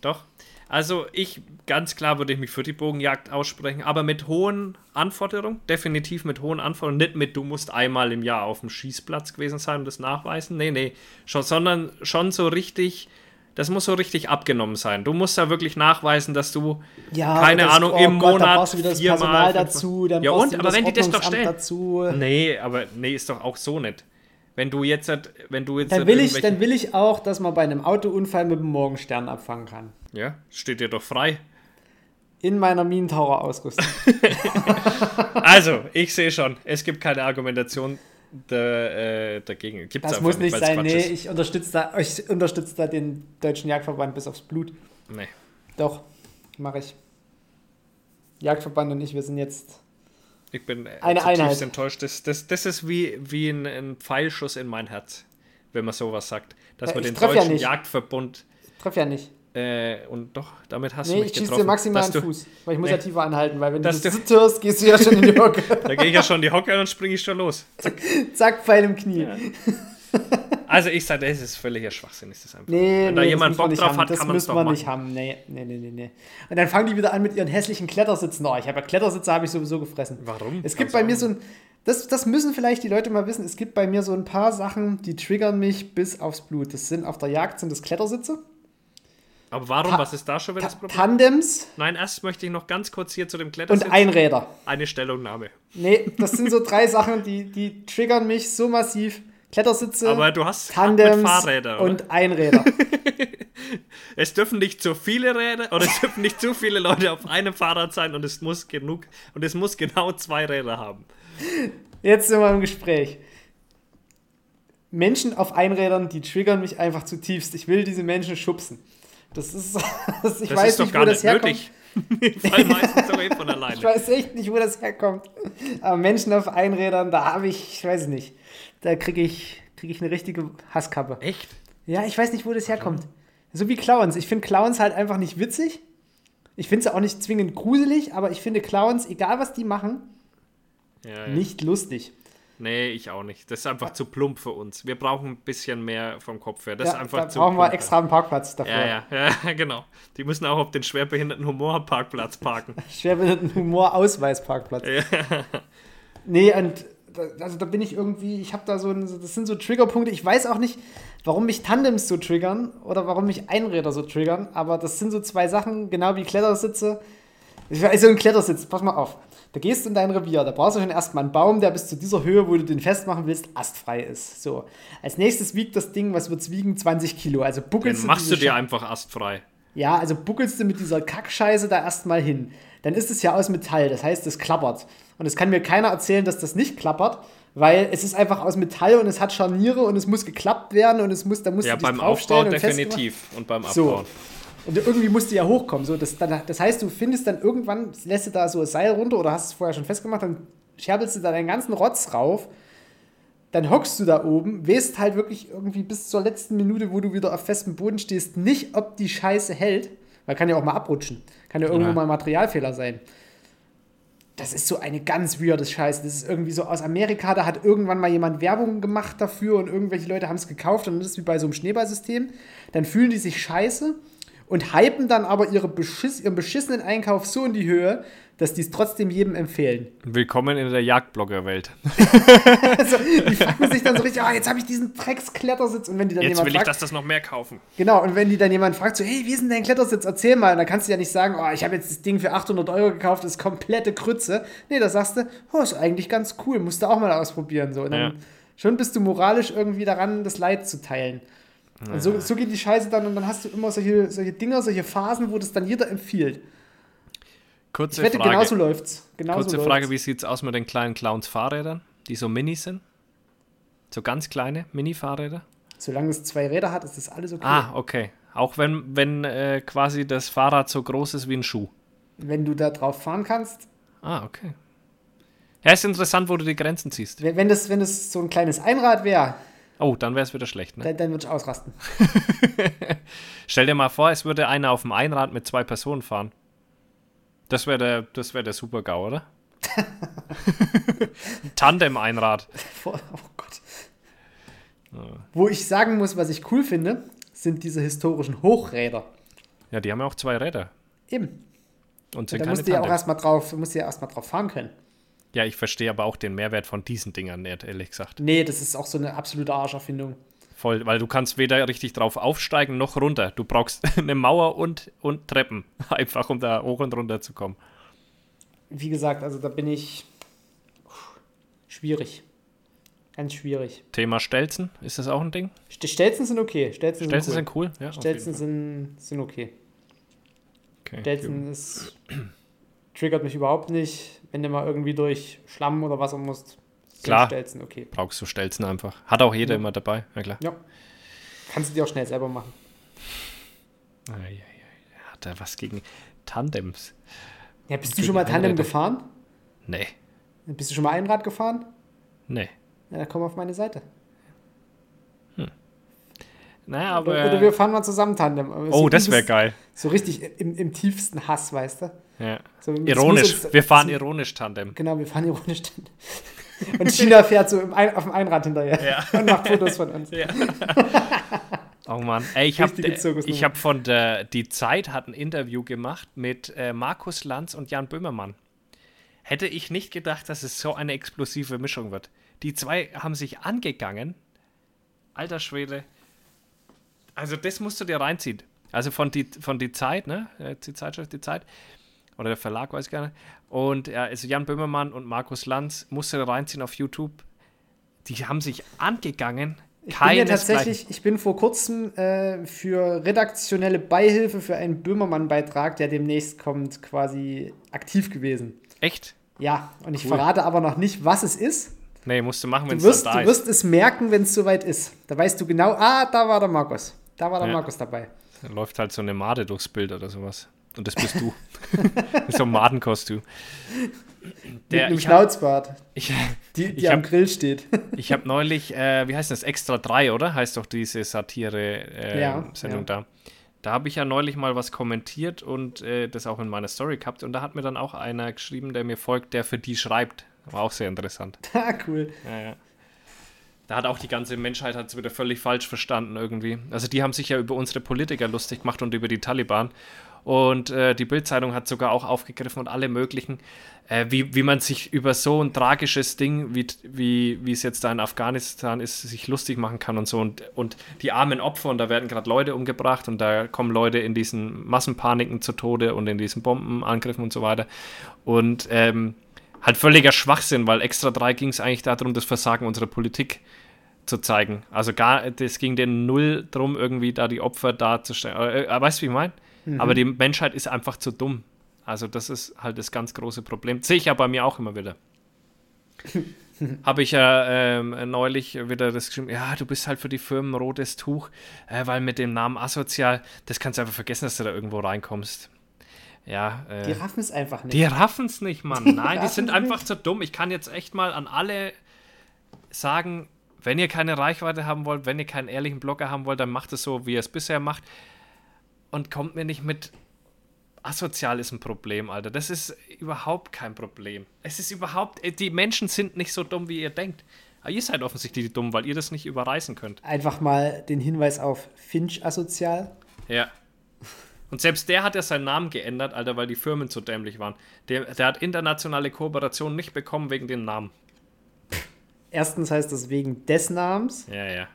A: Doch. Also ich, ganz klar würde ich mich für die Bogenjagd aussprechen, aber mit hohen Anforderungen, definitiv mit hohen Anforderungen, nicht mit, du musst einmal im Jahr auf dem Schießplatz gewesen sein und das nachweisen, nee, nee, schon, sondern schon so richtig, das muss so richtig abgenommen sein. Du musst da wirklich nachweisen, dass du,
B: Ja,
A: keine
B: das-
A: Ahnung,
B: oh
A: im
B: Gott,
A: Monat
B: da brauchst du wieder das
A: viermal,
B: Personal
A: fünfmal-
B: dazu, dann
A: ja
B: brauchst
A: und,
B: du wieder
A: aber wenn die das doch
B: Ordnungsamt
A: stellen,
B: dazu.
A: nee, aber nee, ist doch auch so nicht. Wenn du jetzt, halt, wenn du jetzt
B: Dann will, ich,
A: irgendwelche-
B: dann will ich auch, dass man bei einem Autounfall mit dem Morgenstern abfangen kann.
A: ja, steht dir doch frei.
B: In meiner Minentaucher-Ausrüstung.
A: Also, ich sehe schon, es gibt keine Argumentation da- äh, dagegen. Gibt's
B: Das
A: einfach
B: muss nicht
A: weil's
B: sein.
A: Quatsch
B: Nee,
A: ist.
B: ich unterstütze da, ich unterstütze da den Deutschen Jagdverband bis aufs Blut.
A: Nee.
B: Doch, mache ich. Jagdverband und ich, wir sind jetzt.
A: Ich bin äh,
B: Eine
A: zutiefst
B: Einheit.
A: enttäuscht. Das, das, das ist wie, wie ein, ein Pfeilschuss in mein Herz, wenn man sowas sagt. Dass
B: Ja,
A: man
B: Äh, ich
A: den
B: treff ja
A: deutschen
B: nicht.
A: Jagdverbund
B: Treff ja nicht.
A: äh, und doch, damit hast du
B: Nee, ich
A: mich
B: schieße
A: getroffen.
B: dir maximal
A: dass
B: einen
A: du,
B: Fuß. Weil ich muss
A: Nee.
B: ja tiefer anhalten, weil wenn
A: Dass
B: du
A: du-
B: das hörst, gehst du ja schon in die Hocke.
A: Da gehe ich ja schon in die Hocke und springe ich schon los. Zack.
B: Zack, Pfeil im Knie.
A: Also ich sage, das ist völliger Schwachsinn, ist das einfach.
B: Nee,
A: wenn
B: nee,
A: da
B: das
A: jemand
B: müssen wir
A: Bock
B: nicht
A: drauf
B: haben.
A: hat,
B: das
A: kann man es
B: müssen
A: doch
B: wir
A: machen.
B: nicht haben. Nee, nee, nee, nee, nee. Und dann fangen die wieder an mit ihren hässlichen Klettersitzen. Oh, ich habe ja Klettersitze, habe ich sowieso gefressen.
A: Warum?
B: Es
A: Kannst
B: gibt
A: du
B: bei
A: auch
B: mir so ein. Das, das müssen vielleicht die Leute mal wissen. Es gibt bei mir so ein paar Sachen, die triggern mich bis aufs Blut. Das sind auf der Jagd sind das Klettersitze,
A: Aber warum?
B: Ta-
A: Was ist da schon wieder
B: Ta
A: das Problem?
B: Tandems
A: Nein, erst möchte ich noch ganz kurz hier zu dem Klettersitz
B: und Einräder.
A: eine Stellungnahme.
B: Nee, das sind so drei Sachen, die, die triggern mich so massiv. Klettersitze,
A: Aber du hast mit
B: Tandems
A: Fahrrädern. oder?
B: und Einräder.
A: Es dürfen nicht zu viele Räder oder es dürfen nicht zu viele Leute auf einem Fahrrad sein und es muss genug und es muss genau zwei Räder haben.
B: Jetzt sind wir im Gespräch. Menschen auf Einrädern, die triggern mich einfach zutiefst. Ich will diese Menschen schubsen. Das ist, das, ich
A: Das
B: weiß
A: ist doch
B: nicht,
A: gar
B: wo das
A: nicht
B: herkommt.
A: nötig. Weil meistens doch eh von alleine.
B: Ich weiß echt nicht, wo das herkommt. Aber Menschen auf Einrädern, da habe ich, ich weiß es nicht, da kriege ich, krieg ich eine richtige Hasskappe.
A: Echt?
B: Ja, ich weiß nicht, wo das herkommt. So wie Clowns. Ich finde Clowns halt einfach nicht witzig. Ich finde sie auch nicht zwingend gruselig, aber ich finde Clowns, egal was die machen,
A: Ja, ja.
B: Nicht lustig.
A: Nee, ich auch nicht. Das ist einfach zu plump für uns. Wir brauchen ein bisschen mehr vom Kopf her. Das
B: Ja,
A: ist einfach
B: da
A: zu
B: brauchen wir
A: plump.
B: extra einen Parkplatz dafür.
A: Ja, ja, ja, genau. Die müssen auch auf den schwerbehinderten Humorparkplatz parken.
B: Schwerbehinderten Humor-Ausweisparkplatz.
A: Ja.
B: Nee, und da, also da bin ich irgendwie, ich habe da so, ein, so- das sind so Triggerpunkte. Ich weiß auch nicht, warum mich Tandems so triggern oder warum mich Einräder so triggern, aber das sind so zwei Sachen, genau wie Klettersitze. Ich weiß, so ein Klettersitz, pass mal auf. Da gehst du in dein Revier, da brauchst du schon erstmal einen Baum, der bis zu dieser Höhe, wo du den festmachen willst, astfrei ist. So. Als nächstes wiegt das Ding, was wird's wiegen? 20 Kilo. Also buckelst
A: Dann machst du
B: diese
A: dir einfach astfrei.
B: ja, also buckelst du mit dieser Kackscheiße da erstmal hin. Dann ist es ja aus Metall, das heißt, es klappert. Und es kann mir keiner erzählen, dass das nicht klappert, weil es ist einfach aus Metall und es hat Scharniere und es muss geklappt werden und es muss, da musst
A: Ja,
B: du dich
A: beim
B: draufstellen
A: Aufbau
B: und festmachen.
A: definitiv. Und beim
B: So.
A: Abbauen.
B: Und irgendwie musst du ja hochkommen. So, das, dann, das heißt, du findest dann irgendwann, lässt du da so ein Seil runter oder hast es vorher schon festgemacht, dann scherbelst du da deinen ganzen Rotz rauf. Dann hockst du da oben, weißt halt wirklich irgendwie bis zur letzten Minute, wo du wieder auf festem Boden stehst, nicht, ob die Scheiße hält. Weil kann ja auch mal abrutschen. Kann ja irgendwo
A: Ja.
B: mal ein Materialfehler sein. Das ist so eine ganz weirde Scheiße. Das ist irgendwie so aus Amerika, da hat irgendwann mal jemand Werbung gemacht dafür und irgendwelche Leute haben es gekauft und das ist wie bei so einem Schneeballsystem. Dann fühlen die sich scheiße und hypen dann aber ihre Beschiss, ihren beschissenen Einkauf so in die Höhe, dass die es trotzdem jedem empfehlen.
A: Willkommen in der Jagdblogger-Welt.
B: Also, die fangen sich dann so richtig, ah, jetzt habe ich diesen Drecksklettersitz und wenn die dann
A: Jetzt
B: jemand
A: will ich,
B: fragt,
A: dass das noch mehr kaufen.
B: Genau, und wenn die dann jemand fragt, so, hey, wie ist denn dein Klettersitz? Erzähl mal. Und dann kannst du ja nicht sagen, oh, ich habe jetzt das Ding für 800 Euro gekauft, das ist komplette Krütze. Nee, da sagst du, oh, ist eigentlich ganz cool, musst du auch mal ausprobieren. So. Und dann
A: Ja.
B: schon bist du moralisch irgendwie daran, das Leid zu teilen. Und so, so geht die Scheiße dann und dann hast du immer solche, solche Dinger, solche Phasen, wo das dann jeder empfiehlt. Ich
A: Kurze
B: wette,
A: Frage.
B: genauso läuft's. Genauso
A: Kurze
B: läuft's.
A: Frage, wie sieht's aus mit den kleinen Clowns-Fahrrädern, die so mini sind? So ganz kleine Mini-Fahrräder?
B: Solange es zwei Räder hat, ist das alles okay.
A: Ah, okay. Auch wenn, wenn äh, quasi das Fahrrad so groß ist wie ein Schuh.
B: Wenn du da drauf fahren kannst,
A: Ah, okay. Ja, ist interessant, wo du die Grenzen ziehst.
B: wenn wenn das, wenn das so ein kleines Einrad wäre,
A: Oh, dann wäre es wieder schlecht, ne?
B: dann, dann würde ich ausrasten.
A: Stell dir mal vor, es würde einer auf dem Einrad mit zwei Personen fahren. Das wäre der, das wär der Super-GAU, oder? Ein Tandem-Einrad.
B: Vor- Oh Gott. Wo ich sagen muss, was ich cool finde, sind diese historischen Hochräder.
A: Ja, die haben ja auch zwei Räder.
B: Eben.
A: Und sind
B: Da
A: keine
B: musst du ja auch
A: Tandem.
B: erstmal drauf, musst du ja erstmal drauf fahren können.
A: Ja, ich verstehe aber auch den Mehrwert von diesen Dingern nicht, ehrlich gesagt.
B: Nee, das ist auch so eine absolute Arscherfindung.
A: Voll, weil du kannst weder richtig drauf aufsteigen noch runter. Du brauchst eine Mauer und, und Treppen, einfach um da hoch und runter zu kommen.
B: Wie gesagt, also da bin ich Puh, schwierig. Ganz schwierig.
A: Thema Stelzen, ist das auch ein Ding?
B: St- Stelzen sind okay. Stelzen,
A: Stelzen
B: sind cool.
A: sind cool. Ja, auf jeden
B: Stelzen
A: Fall.
B: sind, sind okay.
A: Okay.
B: Stelzen ist, triggert mich überhaupt nicht. Wenn du mal irgendwie durch Schlamm oder Wasser musst, sind
A: Klar.
B: Stelzen okay.
A: Brauchst du Stelzen einfach. Hat auch jeder
B: Ja.
A: immer dabei, na klar.
B: Ja. Kannst du dir auch schnell selber machen.
A: Eieiei. Hat er was gegen Tandems?
B: Ja, bist du
A: Gegen
B: schon mal Tandem
A: Einräder.
B: gefahren?
A: Nee,
B: Bist du schon mal Einrad gefahren?
A: nee.
B: Ja, komm auf meine Seite.
A: Na,
B: Oder,
A: aber.
B: oder wir fahren mal zusammen Tandem. Aber
A: oh,
B: so
A: das wäre
B: übelst-
A: geil.
B: So richtig im, im tiefsten Hass, weißt du?
A: Ja.
B: So, das muss
A: Ironisch.
B: uns-
A: Wir fahren
B: das-
A: ironisch Tandem.
B: Genau, wir fahren ironisch Tandem. Und China fährt so im ein, auf dem Einrad hinterher und macht Fotos von uns.
A: Oh Mann. Ey, ich habe
B: Richtige Zirkusnummer.
A: ich hab von der Die Zeit hat ein Interview gemacht mit äh, Markus Lanz und Jan Böhmermann. Hätte ich nicht gedacht, dass es so eine explosive Mischung wird. Die zwei haben sich angegangen. Alter Schwede. Also das musst du dir reinziehen. Also von die, von die Zeit, ne? Äh, Die Zeitschrift, die Zeit. Oder der Verlag, weiß ich gar nicht. Und ja, also Jan Böhmermann und Markus Lanz musst du dir reinziehen auf YouTube. Die haben sich angegangen.
B: Ich bin ja
A: Keinesgleichen.
B: tatsächlich, ich bin vor kurzem äh, für redaktionelle Beihilfe für einen Böhmermann-Beitrag, der demnächst kommt, quasi aktiv gewesen.
A: Echt?
B: Ja, und ich
A: Cool.
B: verrate aber noch nicht, was es ist.
A: Nee, musst du machen, wenn
B: Du
A: es
B: wirst,
A: dann da
B: du
A: ist.
B: wirst es merken, wenn es soweit ist. Da weißt du genau, ah, da war der Markus. Da war der
A: Ja.
B: Markus dabei.
A: Dann läuft halt so eine Made durchs Bild oder sowas. Und das bist du. Mit so einem Madenkostüm.
B: Mit
A: Der,
B: einem
A: ich habe
B: Schnauzbart,
A: ich,
B: die, die
A: ich
B: am
A: hab-
B: Grill steht.
A: ich hab neulich, äh, wie heißt das, Extra 3, oder? Heißt doch diese
B: Ja,
A: Satire-Sendung
B: ja.
A: da. Da habe ich ja neulich mal was kommentiert und äh, das auch in meiner Story gehabt. Und da hat mir dann auch einer geschrieben, der mir folgt, der für die schreibt. War auch sehr interessant.
B: Ah, cool.
A: Ja, ja. Da hat auch die ganze Menschheit hat es wieder völlig falsch verstanden irgendwie. Also die haben sich ja über unsere Politiker lustig gemacht und über die Taliban. Und äh, die Bildzeitung hat sogar auch aufgegriffen und alle möglichen, äh, wie, wie man sich über so ein tragisches Ding, wie, wie, wie es jetzt da in Afghanistan ist, sich lustig machen kann und so. Und, und die armen Opfer, und da werden gerade Leute umgebracht und da kommen Leute in diesen Massenpaniken zu Tode und in diesen Bombenangriffen und so weiter. Und ähm, halt völliger Schwachsinn, weil extra 3 ging es eigentlich darum, das Versagen unserer Politik zu zeigen. Also gar, das ging denen null drum, irgendwie da die Opfer darzustellen. Äh, weißt du, wie ich meine? Mhm. Aber die Menschheit ist einfach zu dumm. Also das ist halt das ganz große Problem. Sehe ich ja bei mir auch immer wieder. Habe ich ja ähm, neulich wieder das geschrieben, ja, du bist halt für die Firmen rotes Tuch, äh, weil mit dem Namen asozial, das kannst du einfach vergessen, dass du da irgendwo reinkommst. Ja, äh,
B: Die raffen es einfach nicht.
A: die raffen's nicht, Mann.
B: Die
A: Nein, die
B: raffen's
A: sind einfach zu dumm. Ich kann jetzt echt mal an alle sagen, wenn ihr keine Reichweite haben wollt, wenn ihr keinen ehrlichen Blogger haben wollt, dann macht es so, wie ihr es bisher macht. Und kommt mir nicht mit asozial ist ein Problem, Alter. Das ist überhaupt kein Problem. Es ist überhaupt, äh, die Menschen sind nicht so dumm, wie ihr denkt. Aber ihr seid offensichtlich dumm, weil ihr das nicht überreißen könnt.
B: Einfach mal den Hinweis auf Finch asozial.
A: Ja. Und selbst der hat ja seinen Namen geändert, Alter, weil die Firmen zu dämlich waren. Der, der hat internationale Kooperationen nicht bekommen wegen dem Namen.
B: Erstens heißt das wegen des Namens
A: Ja, ja.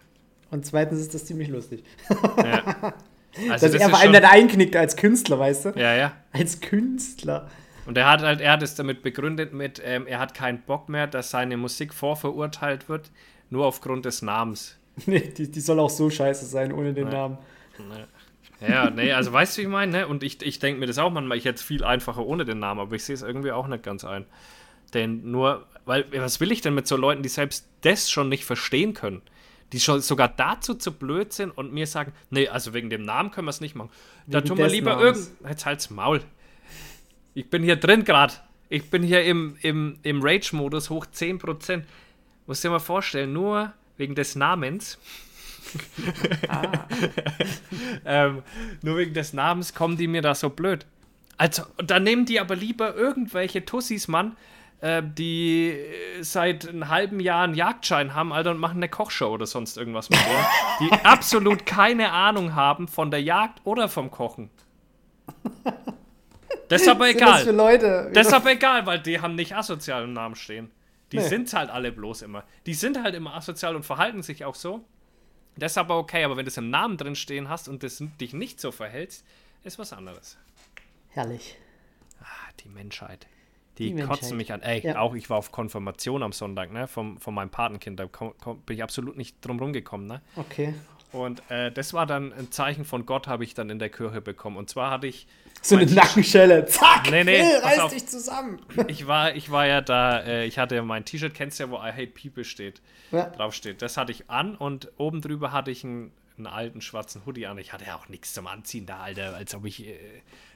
B: und zweitens ist das ziemlich lustig.
A: Also das
B: Dass er vor
A: ist
B: allem
A: schon,
B: dann einknickt als Künstler, weißt du?
A: ja, ja.
B: Als Künstler.
A: Und er hat halt, er hat es damit begründet mit, ähm, er hat keinen Bock mehr, dass seine Musik vorverurteilt wird, nur aufgrund des Namens.
B: Nee, die, die soll auch so scheiße sein ohne den
A: Ja.
B: Namen.
A: Ne? Ja, nee, also weißt du, wie ich meine, ne? Und ich, ich denke mir das auch manchmal, ich hätte es viel einfacher ohne den Namen, aber ich sehe es irgendwie auch nicht ganz ein. Denn nur, weil, was will ich denn mit so Leuten, die selbst das schon nicht verstehen können? Die schon sogar dazu zu blöd sind und mir sagen, nee, also wegen dem Namen können wir es nicht machen. Da
B: Wegen
A: tun wir
B: des
A: lieber
B: Namens.
A: irgend. Jetzt halt's Maul. Ich bin hier drin gerade. Ich bin hier im, im, im Rage-Modus hoch 10%. Muss dir mal vorstellen, nur wegen des Namens.
B: Ah.
A: ähm, nur wegen des Namens kommen die mir da so blöd. Also, und dann nehmen die aber lieber irgendwelche Tussis, Mann, äh, die äh, seit einem halben Jahr einen Jagdschein haben, Alter, und machen eine Kochshow oder sonst irgendwas mit denen, die absolut keine Ahnung haben von der Jagd oder vom Kochen. Das ist aber
B: Was sind
A: egal.
B: Das für Leute.
A: Das ist aber egal, weil die haben nicht asozial im Namen stehen. Die
B: Nee.
A: sind halt alle bloß immer. Die sind halt immer asozial und verhalten sich auch so. Das ist aber okay, aber wenn du es im Namen drin stehen hast und das dich nicht so verhältst, ist was anderes.
B: Herrlich.
A: Ah, die Menschheit. Die,
B: Die Menschheit.
A: kotzen mich an. Ey,
B: Ja.
A: auch ich war auf Konfirmation am Sonntag, ne, vom, von meinem Patenkind. Da komm, komm, bin ich absolut nicht drum rumgekommen, ne.
B: Okay.
A: Und äh, das war dann ein Zeichen von Gott, habe ich dann in der Kirche bekommen. Und zwar hatte ich
B: So eine
A: Mein-
B: Nackenschelle. Zack!
A: Nee, nee,
B: Phil,
A: pass
B: reiß
A: auf.
B: dich zusammen.
A: ich war, ich war ja da, äh, ich hatte ja mein T-Shirt, kennst du ja, wo I hate people steht,
B: Ja.
A: draufsteht. Das hatte ich an und oben drüber hatte ich einen, einen alten schwarzen Hoodie an. Ich hatte ja auch nichts zum Anziehen da, Alter, als ob ich äh,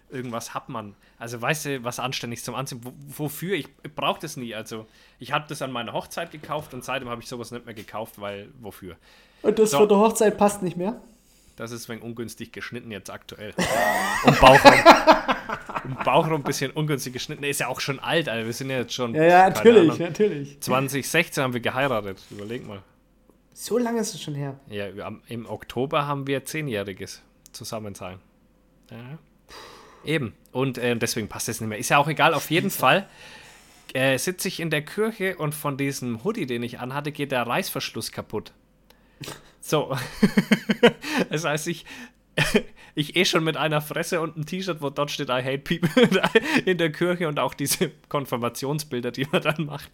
A: irgendwas hab, Mann. Also weißt du, was anständiges zum Anziehen, wo, wofür? Ich, ich brauche das nie. Also ich habe das an meiner Hochzeit gekauft und seitdem habe ich sowas nicht mehr gekauft, weil wofür?
B: Und das
A: So.
B: von der Hochzeit passt nicht mehr.
A: Das ist wegen ungünstig geschnitten jetzt aktuell. Und Bauchraum. Und Bauchraum ein bisschen ungünstig geschnitten. Ist ja auch schon alt, Alter. Wir sind ja jetzt schon.
B: Ja, ja,
A: keine
B: natürlich,
A: Ahnung,
B: natürlich.
A: 2016 haben wir geheiratet. Überleg mal.
B: So lange ist es schon her.
A: Ja, wir haben- im Oktober haben wir Zehnjähriges zusammenzahlen. Ja. Eben. Und äh, deswegen passt es nicht mehr. Ist ja auch egal. Auf jeden Fall äh, sitze ich in der Kirche und von diesem Hoodie, den ich anhatte, geht der Reißverschluss kaputt. So. das heißt, ich. Ich eh schon mit einer Fresse und einem T-Shirt, wo dort steht I hate people in der Kirche und auch diese Konfirmationsbilder, die man dann macht,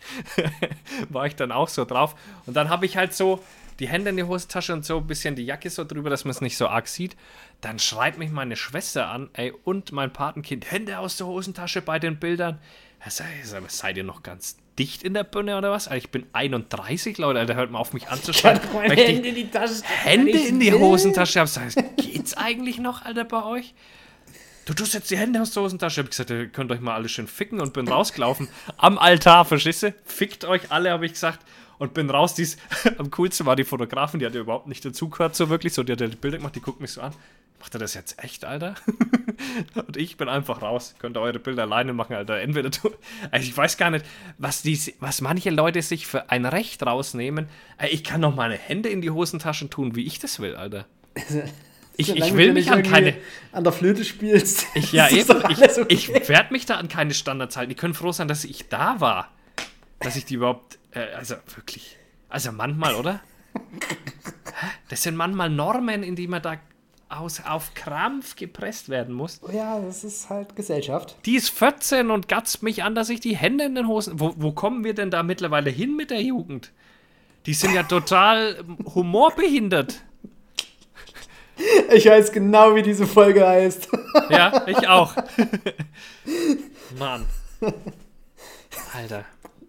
A: war ich dann auch so drauf. Und dann habe ich halt so die Hände in die Hosentasche und so ein bisschen die Jacke so drüber, dass man es nicht so arg sieht. Dann schreit mich meine Schwester an, ey, und mein Patenkind, Hände aus der Hosentasche bei den Bildern. Da sag ich, sag mal, seid ihr noch ganz dicht in der Birne oder was? Alter, ich bin 31, Leute, Alter, hört mal auf, mich anzuschreien. weil ich die-
B: in die Tasche.
A: Hände in die Hosentasche habe. Sag ich, geht's eigentlich noch, Alter, bei euch? Du tust jetzt die Hände aus der Hosentasche. Hab ich gesagt, ihr könnt euch mal alle schön ficken und bin rausgelaufen. Am Altar, verstehst du? Fickt euch alle, habe ich gesagt. Und bin raus. Dies, am coolsten war die Fotografin, die hat ja überhaupt nicht dazugehört, so wirklich. So, die hat ja die Bilder gemacht, die guckt mich so an. macht er das jetzt echt, Alter? und ich bin einfach raus. Könnt ihr eure Bilder alleine machen, Alter. Entweder du, also ich weiß gar nicht, was, die, was manche Leute sich für ein Recht rausnehmen. Ey, Ich kann noch meine Hände in die Hosentaschen tun, wie ich das will, Alter. Ich, ich
B: Solange
A: will
B: du
A: mich
B: nicht
A: an keine,
B: irgendwie an der Flöte spielst.
A: ich, ja,
B: ist das
A: eben.
B: doch alles
A: Ich,
B: okay.
A: ich werde mich da an keine Standards halten. Die können froh sein, dass ich da war. Dass ich die überhaupt. Äh, also wirklich. Also manchmal, oder? Hä? Das sind manchmal Normen, in die man da aus, auf Krampf gepresst werden muss.
B: ja, das ist halt Gesellschaft.
A: Die ist 14 und gatzt mich an, dass ich die Hände in den Hosen. Wo, wo kommen wir denn da mittlerweile hin mit der Jugend? Die sind ja total humorbehindert.
B: Ich weiß genau, wie diese Folge heißt.
A: Ja, ich auch. Mann. Alter.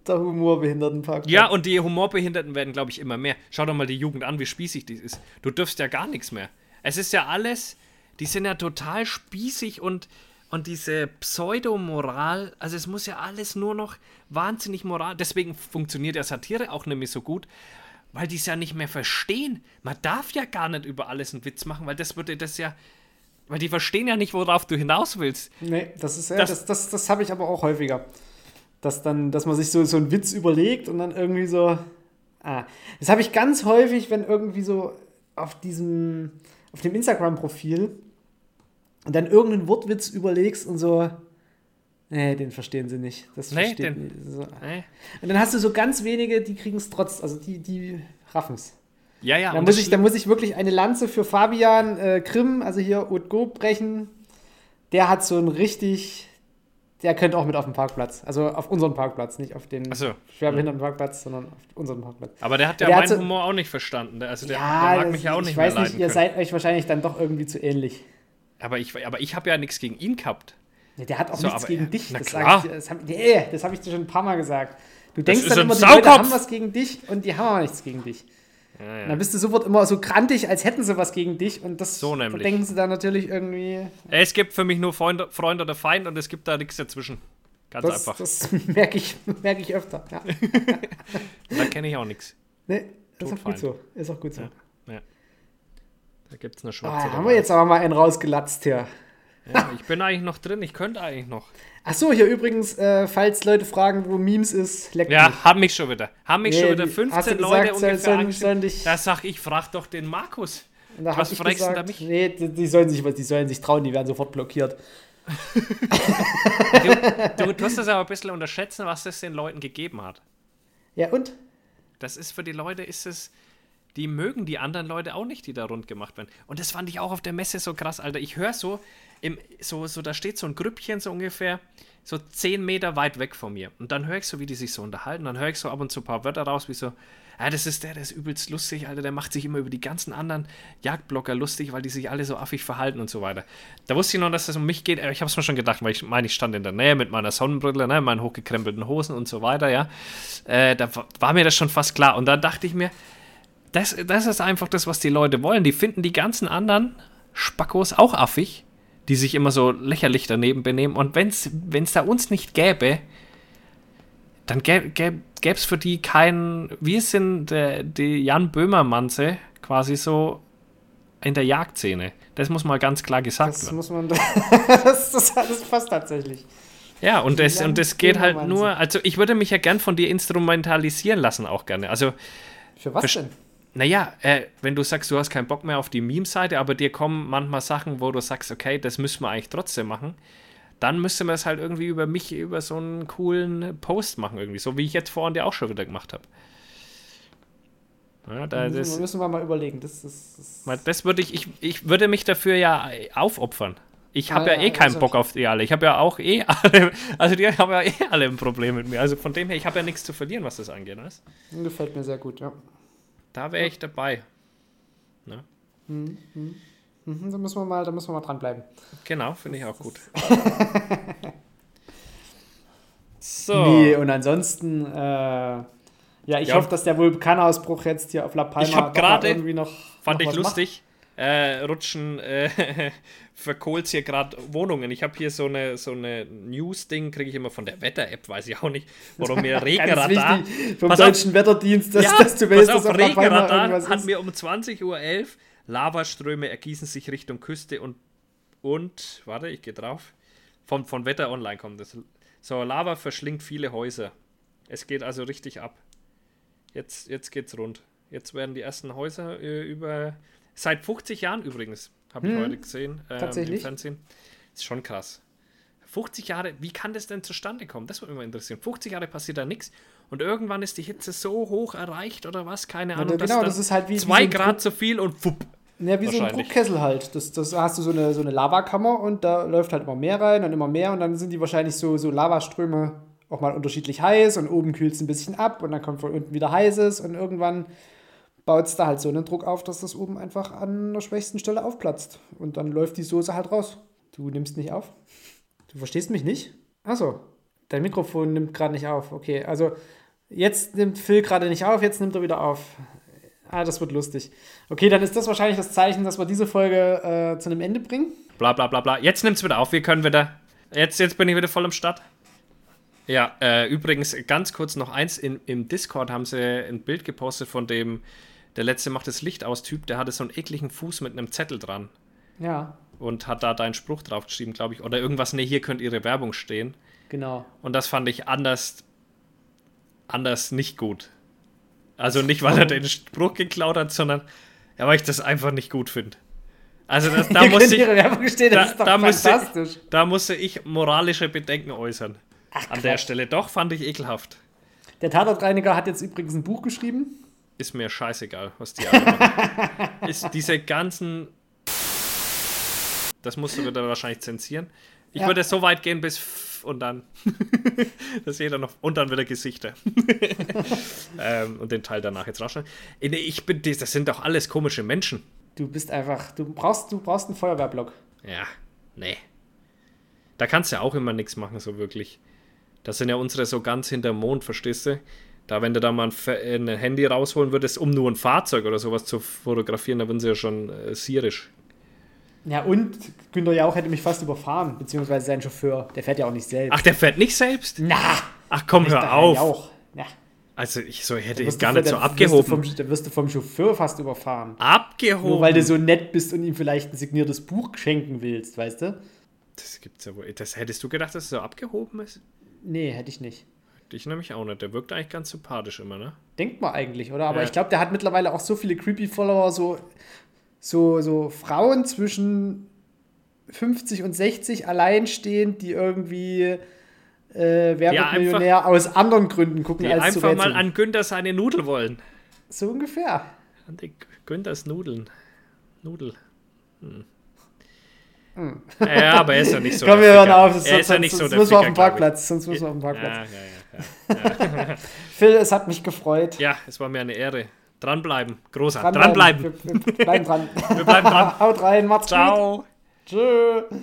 B: Der Humorbehindertenpark.
A: Ja, und die Humorbehinderten werden, glaube ich, immer mehr. Schau doch mal die Jugend an, wie spießig die ist. Du dürfst ja gar nichts mehr. Es ist ja alles, die sind ja total spießig und, und diese Pseudomoral, also es muss ja alles nur noch wahnsinnig moral. Deswegen funktioniert ja Satire auch nicht mehr so gut, weil die es ja nicht mehr verstehen. Man darf ja gar nicht über alles einen Witz machen, weil das würde das ja. Weil die verstehen ja nicht, worauf du hinaus willst.
B: Nee, das ist ja,
A: Das-
B: das, das, das, habe ich aber auch häufiger. Dass dann, dass man sich so, so einen Witz überlegt und dann irgendwie so. Ah. Das habe ich ganz häufig, wenn irgendwie so auf diesem, auf dem Instagram-Profil und dann irgendeinen Wortwitz überlegst und so. Nee, den verstehen sie nicht. Das
A: Nee,
B: versteht
A: den-
B: nicht. So.
A: Ne?
B: Und dann hast du so ganz wenige, die kriegen es trotz, also die, die raffen es.
A: Ja, ja.
B: Da
A: und
B: muss,
A: das
B: ich, da muss ich wirklich eine Lanze für Fabian äh, Grimm, also hier Utgo brechen. Der hat so ein richtig. Der könnte auch mit auf dem Parkplatz. Also auf unseren Parkplatz, nicht auf den
A: Ach so. Mhm.
B: schwerbehinderten Parkplatz, sondern auf unseren Parkplatz.
A: Aber der hat ja
B: Der hat
A: meinen
B: so-
A: Humor auch nicht verstanden. Der- Also der, der mag
B: das-
A: mich ja auch nicht
B: ich
A: mehr
B: weiß
A: leiden
B: nicht, ihr
A: können.
B: seid euch wahrscheinlich dann doch irgendwie zu ähnlich.
A: Aber ich, aber ich habe ja nichts gegen ihn gehabt.
B: Ja, Der hat auch
A: So,
B: nichts
A: aber-
B: gegen dich.
A: na
B: Das,
A: klar.
B: sag ich, dir- das habe nee, das hab ich dir schon ein paar Mal gesagt. Du denkst
A: ist
B: dann
A: ein
B: immer, die
A: Saukopf.
B: Leute haben was gegen dich und die haben aber nichts gegen dich.
A: Ja,
B: Und dann
A: ja.
B: bist du sofort immer so grantig, als hätten sie was gegen dich und das
A: So nämlich.
B: denken sie dann natürlich irgendwie,
A: Äh, Es gibt für mich nur Freund, Freund oder Feind und es gibt da nichts dazwischen. Ganz
B: Das,
A: Also einfach.
B: das merke ich, merk ich öfter. Ja.
A: Da kenne ich auch nichts.
B: Nee, ist auch
A: Todfeind.
B: gut so. Ist auch gut so.
A: Da gibt es eine schwarze.
B: Ah, haben wir jetzt aber mal einen rausgelatzt hier.
A: ja, ich bin eigentlich noch drin, ich könnte eigentlich noch.
B: Achso, hier übrigens, äh, falls Leute fragen, wo Memes ist, leck mich.
A: Ja, haben mich schon wieder. Haben mich
B: Nee,
A: schon wieder
B: die- hast
A: 15
B: du
A: Leute
B: gesagt, soll-
A: ungefähr
B: sollen-
A: angeschrieben.
B: sollen dich-
A: Da sag ich, frag doch den Markus.
B: Und da hab
A: was
B: ich
A: fragst du
B: gesagt,
A: da mich?
B: Nee, die, die, sollen sich, die sollen sich trauen, die werden sofort blockiert.
A: Du tust das aber ein bisschen unterschätzen, was das den Leuten gegeben hat.
B: Ja, und?
A: Das ist für die Leute, ist es, die mögen die anderen Leute auch nicht, die da rund gemacht werden. Und das fand ich auch auf der Messe so krass, Alter. Ich höre so, im, so, so, da steht so ein Grüppchen so ungefähr, so zehn Meter weit weg von mir. Und dann höre ich so, wie die sich so unterhalten. Dann höre ich so ab und zu ein paar Wörter raus, wie so, ah, das ist der, der ist übelst lustig, Alter. Der macht sich immer über die ganzen anderen Jagdblocker lustig, weil die sich alle so affig verhalten und so weiter. Da wusste ich noch, dass das um mich geht. aber Ich habe es mir schon gedacht, weil ich meine, ich stand in der Nähe mit meiner Sonnenbrille, ne, meinen hochgekrempelten Hosen und so weiter, ja äh, da wa- war mir das schon fast klar. Und dann dachte ich mir, das, das ist einfach das, was die Leute wollen. Die finden die ganzen anderen Spackos auch affig, die sich immer so lächerlich daneben benehmen. Und wenn es da uns nicht gäbe, dann gäbe es für die keinen. Wir sind der, die Jan Böhmermanze quasi so in der Jagdszene. Das muss mal ganz klar gesagt
B: Das
A: werden.
B: muss man. das, das, das passt tatsächlich.
A: Ja, und das,
B: Jan
A: und das geht halt
B: Böhmermann
A: nur. Also, ich würde mich ja gern von dir instrumentalisieren lassen, auch gerne. Also,
B: Für was
A: Verst-
B: denn?
A: Naja, äh, wenn du sagst, du hast keinen Bock mehr auf die Meme-Seite, aber dir kommen manchmal Sachen, wo du sagst, okay, das müssen wir eigentlich trotzdem machen, dann müsste man es halt irgendwie über mich, über so einen coolen Post machen, irgendwie, so wie ich jetzt vorhin dir auch schon wieder gemacht habe. Ja, da,
B: müssen,
A: das,
B: wir- müssen wir mal überlegen. Das, ist- das,
A: mal- das würde ich, ich, ich würde mich dafür ja aufopfern. Ich habe
B: Ja,
A: ja,
B: ja,
A: eh keinen
B: also-
A: Bock auf die alle. Ich habe ja auch eh alle, also die haben ja eh alle ein Problem mit mir. Also von dem her, ich habe ja nichts zu verlieren, was das angeht. Weißt?
B: das gefällt mir sehr gut, ja.
A: Da wäre ich dabei. Ne?
B: Mhm, da, müssen wir mal, da müssen wir mal dranbleiben.
A: Genau, finde ich auch gut.
B: Nee,
A: So.
B: und ansonsten, äh, ja, ich
A: Ja.
B: hoffe, dass der Vulkanausbruch jetzt hier auf La Palma
A: Ich hab
B: doch mal
A: gerade-
B: irgendwie noch.
A: Fand
B: noch
A: ich
B: was macht.
A: lustig. Äh, rutschen, äh, verkohlt's hier gerade Wohnungen. Ich habe hier so eine, so eine News-Ding, kriege ich immer von der Wetter-App, weiß ich auch nicht, warum mir
B: Ganz
A: Regenradar.
B: wichtig vom
A: Pass auf.
B: Deutschen Wetterdienst, dass,
A: Ja,
B: dass du weißt,
A: pass
B: dass
A: auf,
B: auf La Palma
A: Regenradar
B: irgendwas
A: hat
B: ist.
A: mir um 20.11 Uhr Lavaströme ergießen sich Richtung Küste und, und warte, ich gehe drauf. Von, von Wetter Online kommt das. So, Lava verschlingt viele Häuser. Es geht also richtig ab. Jetzt, jetzt geht's rund. Jetzt werden die ersten Häuser äh, über. Seit 50 Jahren übrigens, habe ich
B: Hm,
A: heute gesehen ähm,
B: tatsächlich.
A: im Fernsehen. Ist schon krass. 50 Jahre, wie kann das denn zustande kommen? Das würde mich mal interessieren. 50 Jahre passiert da nichts und irgendwann ist die Hitze so hoch erreicht oder was, keine Ahnung.
B: da-
A: dass
B: genau,
A: dann
B: das ist halt wie- wie
A: zwei
B: so ein
A: Grad zu viel und fupp.
B: Ja, wie so ein
A: Wahrscheinlich.
B: Druckkessel halt. Das, das da hast du so eine, so eine Lavakammer und da läuft halt immer mehr rein und immer mehr und dann sind die wahrscheinlich so, so Lavaströme auch mal unterschiedlich heiß und oben kühlt es ein bisschen ab und dann kommt von unten wieder heißes und irgendwann baut es da halt so einen Druck auf, dass das oben einfach an der schwächsten Stelle aufplatzt und dann läuft die Soße halt raus. Du nimmst nicht auf? Du verstehst mich nicht? Achso, dein Mikrofon nimmt gerade nicht auf. Okay, also jetzt nimmt Phil gerade nicht auf, jetzt nimmt er wieder auf. Ah, das wird lustig. Okay, dann ist das wahrscheinlich das Zeichen, dass wir diese Folge äh, zu einem Ende bringen.
A: Bla bla bla bla. Jetzt nimmt's wieder auf, wir können wieder. Jetzt, jetzt bin ich wieder voll im Start. Ja, äh, übrigens ganz kurz noch eins. In, Im Discord haben sie ein Bild gepostet von dem, der letzte macht das Licht aus Typ, der hatte so einen ekligen Fuß mit einem Zettel dran
B: Ja,
A: und hat da deinen Spruch draufgeschrieben, glaube ich. Oder irgendwas, ne, hier könnt ihre Werbung stehen.
B: genau.
A: Und das fand ich anders, anders nicht gut. Also nicht, weil er den Spruch geklaut hat, sondern ja, weil ich das einfach nicht gut finde. Also das, da
B: Hier
A: muss
B: könnt
A: ich,
B: Ihre Werbung stehen, das ist doch
A: musste-
B: fantastisch.
A: da musste ich moralische Bedenken äußern. An der Stelle doch fand ich ekelhaft.
B: Der Tatortreiniger hat jetzt übrigens ein Buch geschrieben.
A: Ist mir scheißegal, was die anderen machen. Ist diese ganzen. Das musst du wieder wahrscheinlich zensieren. Ich
B: Ja.
A: würde so weit gehen bis f- und dann. dass jeder noch. Und dann wieder Gesichter. ähm, und den Teil danach jetzt rausschneiden. Äh, nee, Ich bin. Das sind doch alles komische Menschen.
B: Du bist einfach, du brauchst, du brauchst einen Feuerwehrblock.
A: Ja, nee. Da kannst du ja auch immer nichts machen, so wirklich. Das sind ja unsere so ganz hinterm Mond, verstehst du? Da, wenn du da mal ein, Fe- äh, ein Handy rausholen würdest, um nur ein Fahrzeug oder sowas zu fotografieren, da würden sie ja schon äh, sierisch.
B: Ja, und Günter Jauch hätte mich fast überfahren, beziehungsweise sein Chauffeur. Der fährt ja auch nicht selbst.
A: Ach, der fährt nicht selbst?
B: Na,
A: Ach komm,
B: der
A: hör auf.
B: Jauch. Ja,
A: Also, ich so hätte ich
B: wirst du
A: gar
B: von-
A: nicht so
B: dann wirst du
A: abgehoben. Oh.
B: Vom, da wirst du vom Chauffeur fast überfahren.
A: Abgehoben?
B: Nur weil du so nett bist und ihm vielleicht ein signiertes Buch schenken willst, weißt du?
A: das gibt's ja wohl. Das hättest du gedacht, dass er so abgehoben ist?
B: Nee, hätte ich nicht.
A: Ich nämlich auch nicht. Der wirkt eigentlich ganz sympathisch immer, ne?
B: Denkt man eigentlich, oder? Aber
A: Ja.
B: ich glaube, der hat mittlerweile auch so viele Creepy-Follower, so, so, so Frauen zwischen 50 und 60 alleinstehend, die irgendwie äh, Wer
A: Ja,
B: wird
A: einfach-
B: Millionär aus anderen Gründen gucken
A: Die
B: als zu
A: einfach
B: Rätseln.
A: mal an Günther seine Nudel wollen.
B: so ungefähr.
A: An den Günthers Nudeln. Nudel. Hm. Ja, aber er ist ja nicht so.
B: Komm, wir
A: der
B: hören
A: Ficker.
B: auf, sonst,
A: er ist ja
B: sonst,
A: nicht so
B: sonst
A: der
B: müssen wir auf
A: Ficker,
B: den
A: glaub ich.
B: Parkplatz. Sonst müssen wir auf den Parkplatz.
A: Ja, ja, ja,
B: Phil, es hat mich gefreut.
A: ja. ja, es war mir eine Ehre. Dranbleiben. Großer. Dranbleiben.
B: Dranbleiben. Wir, wir bleiben dran.
A: Wir bleiben dran.
B: Haut rein, macht's
A: Ciao.
B: gut. Tschö.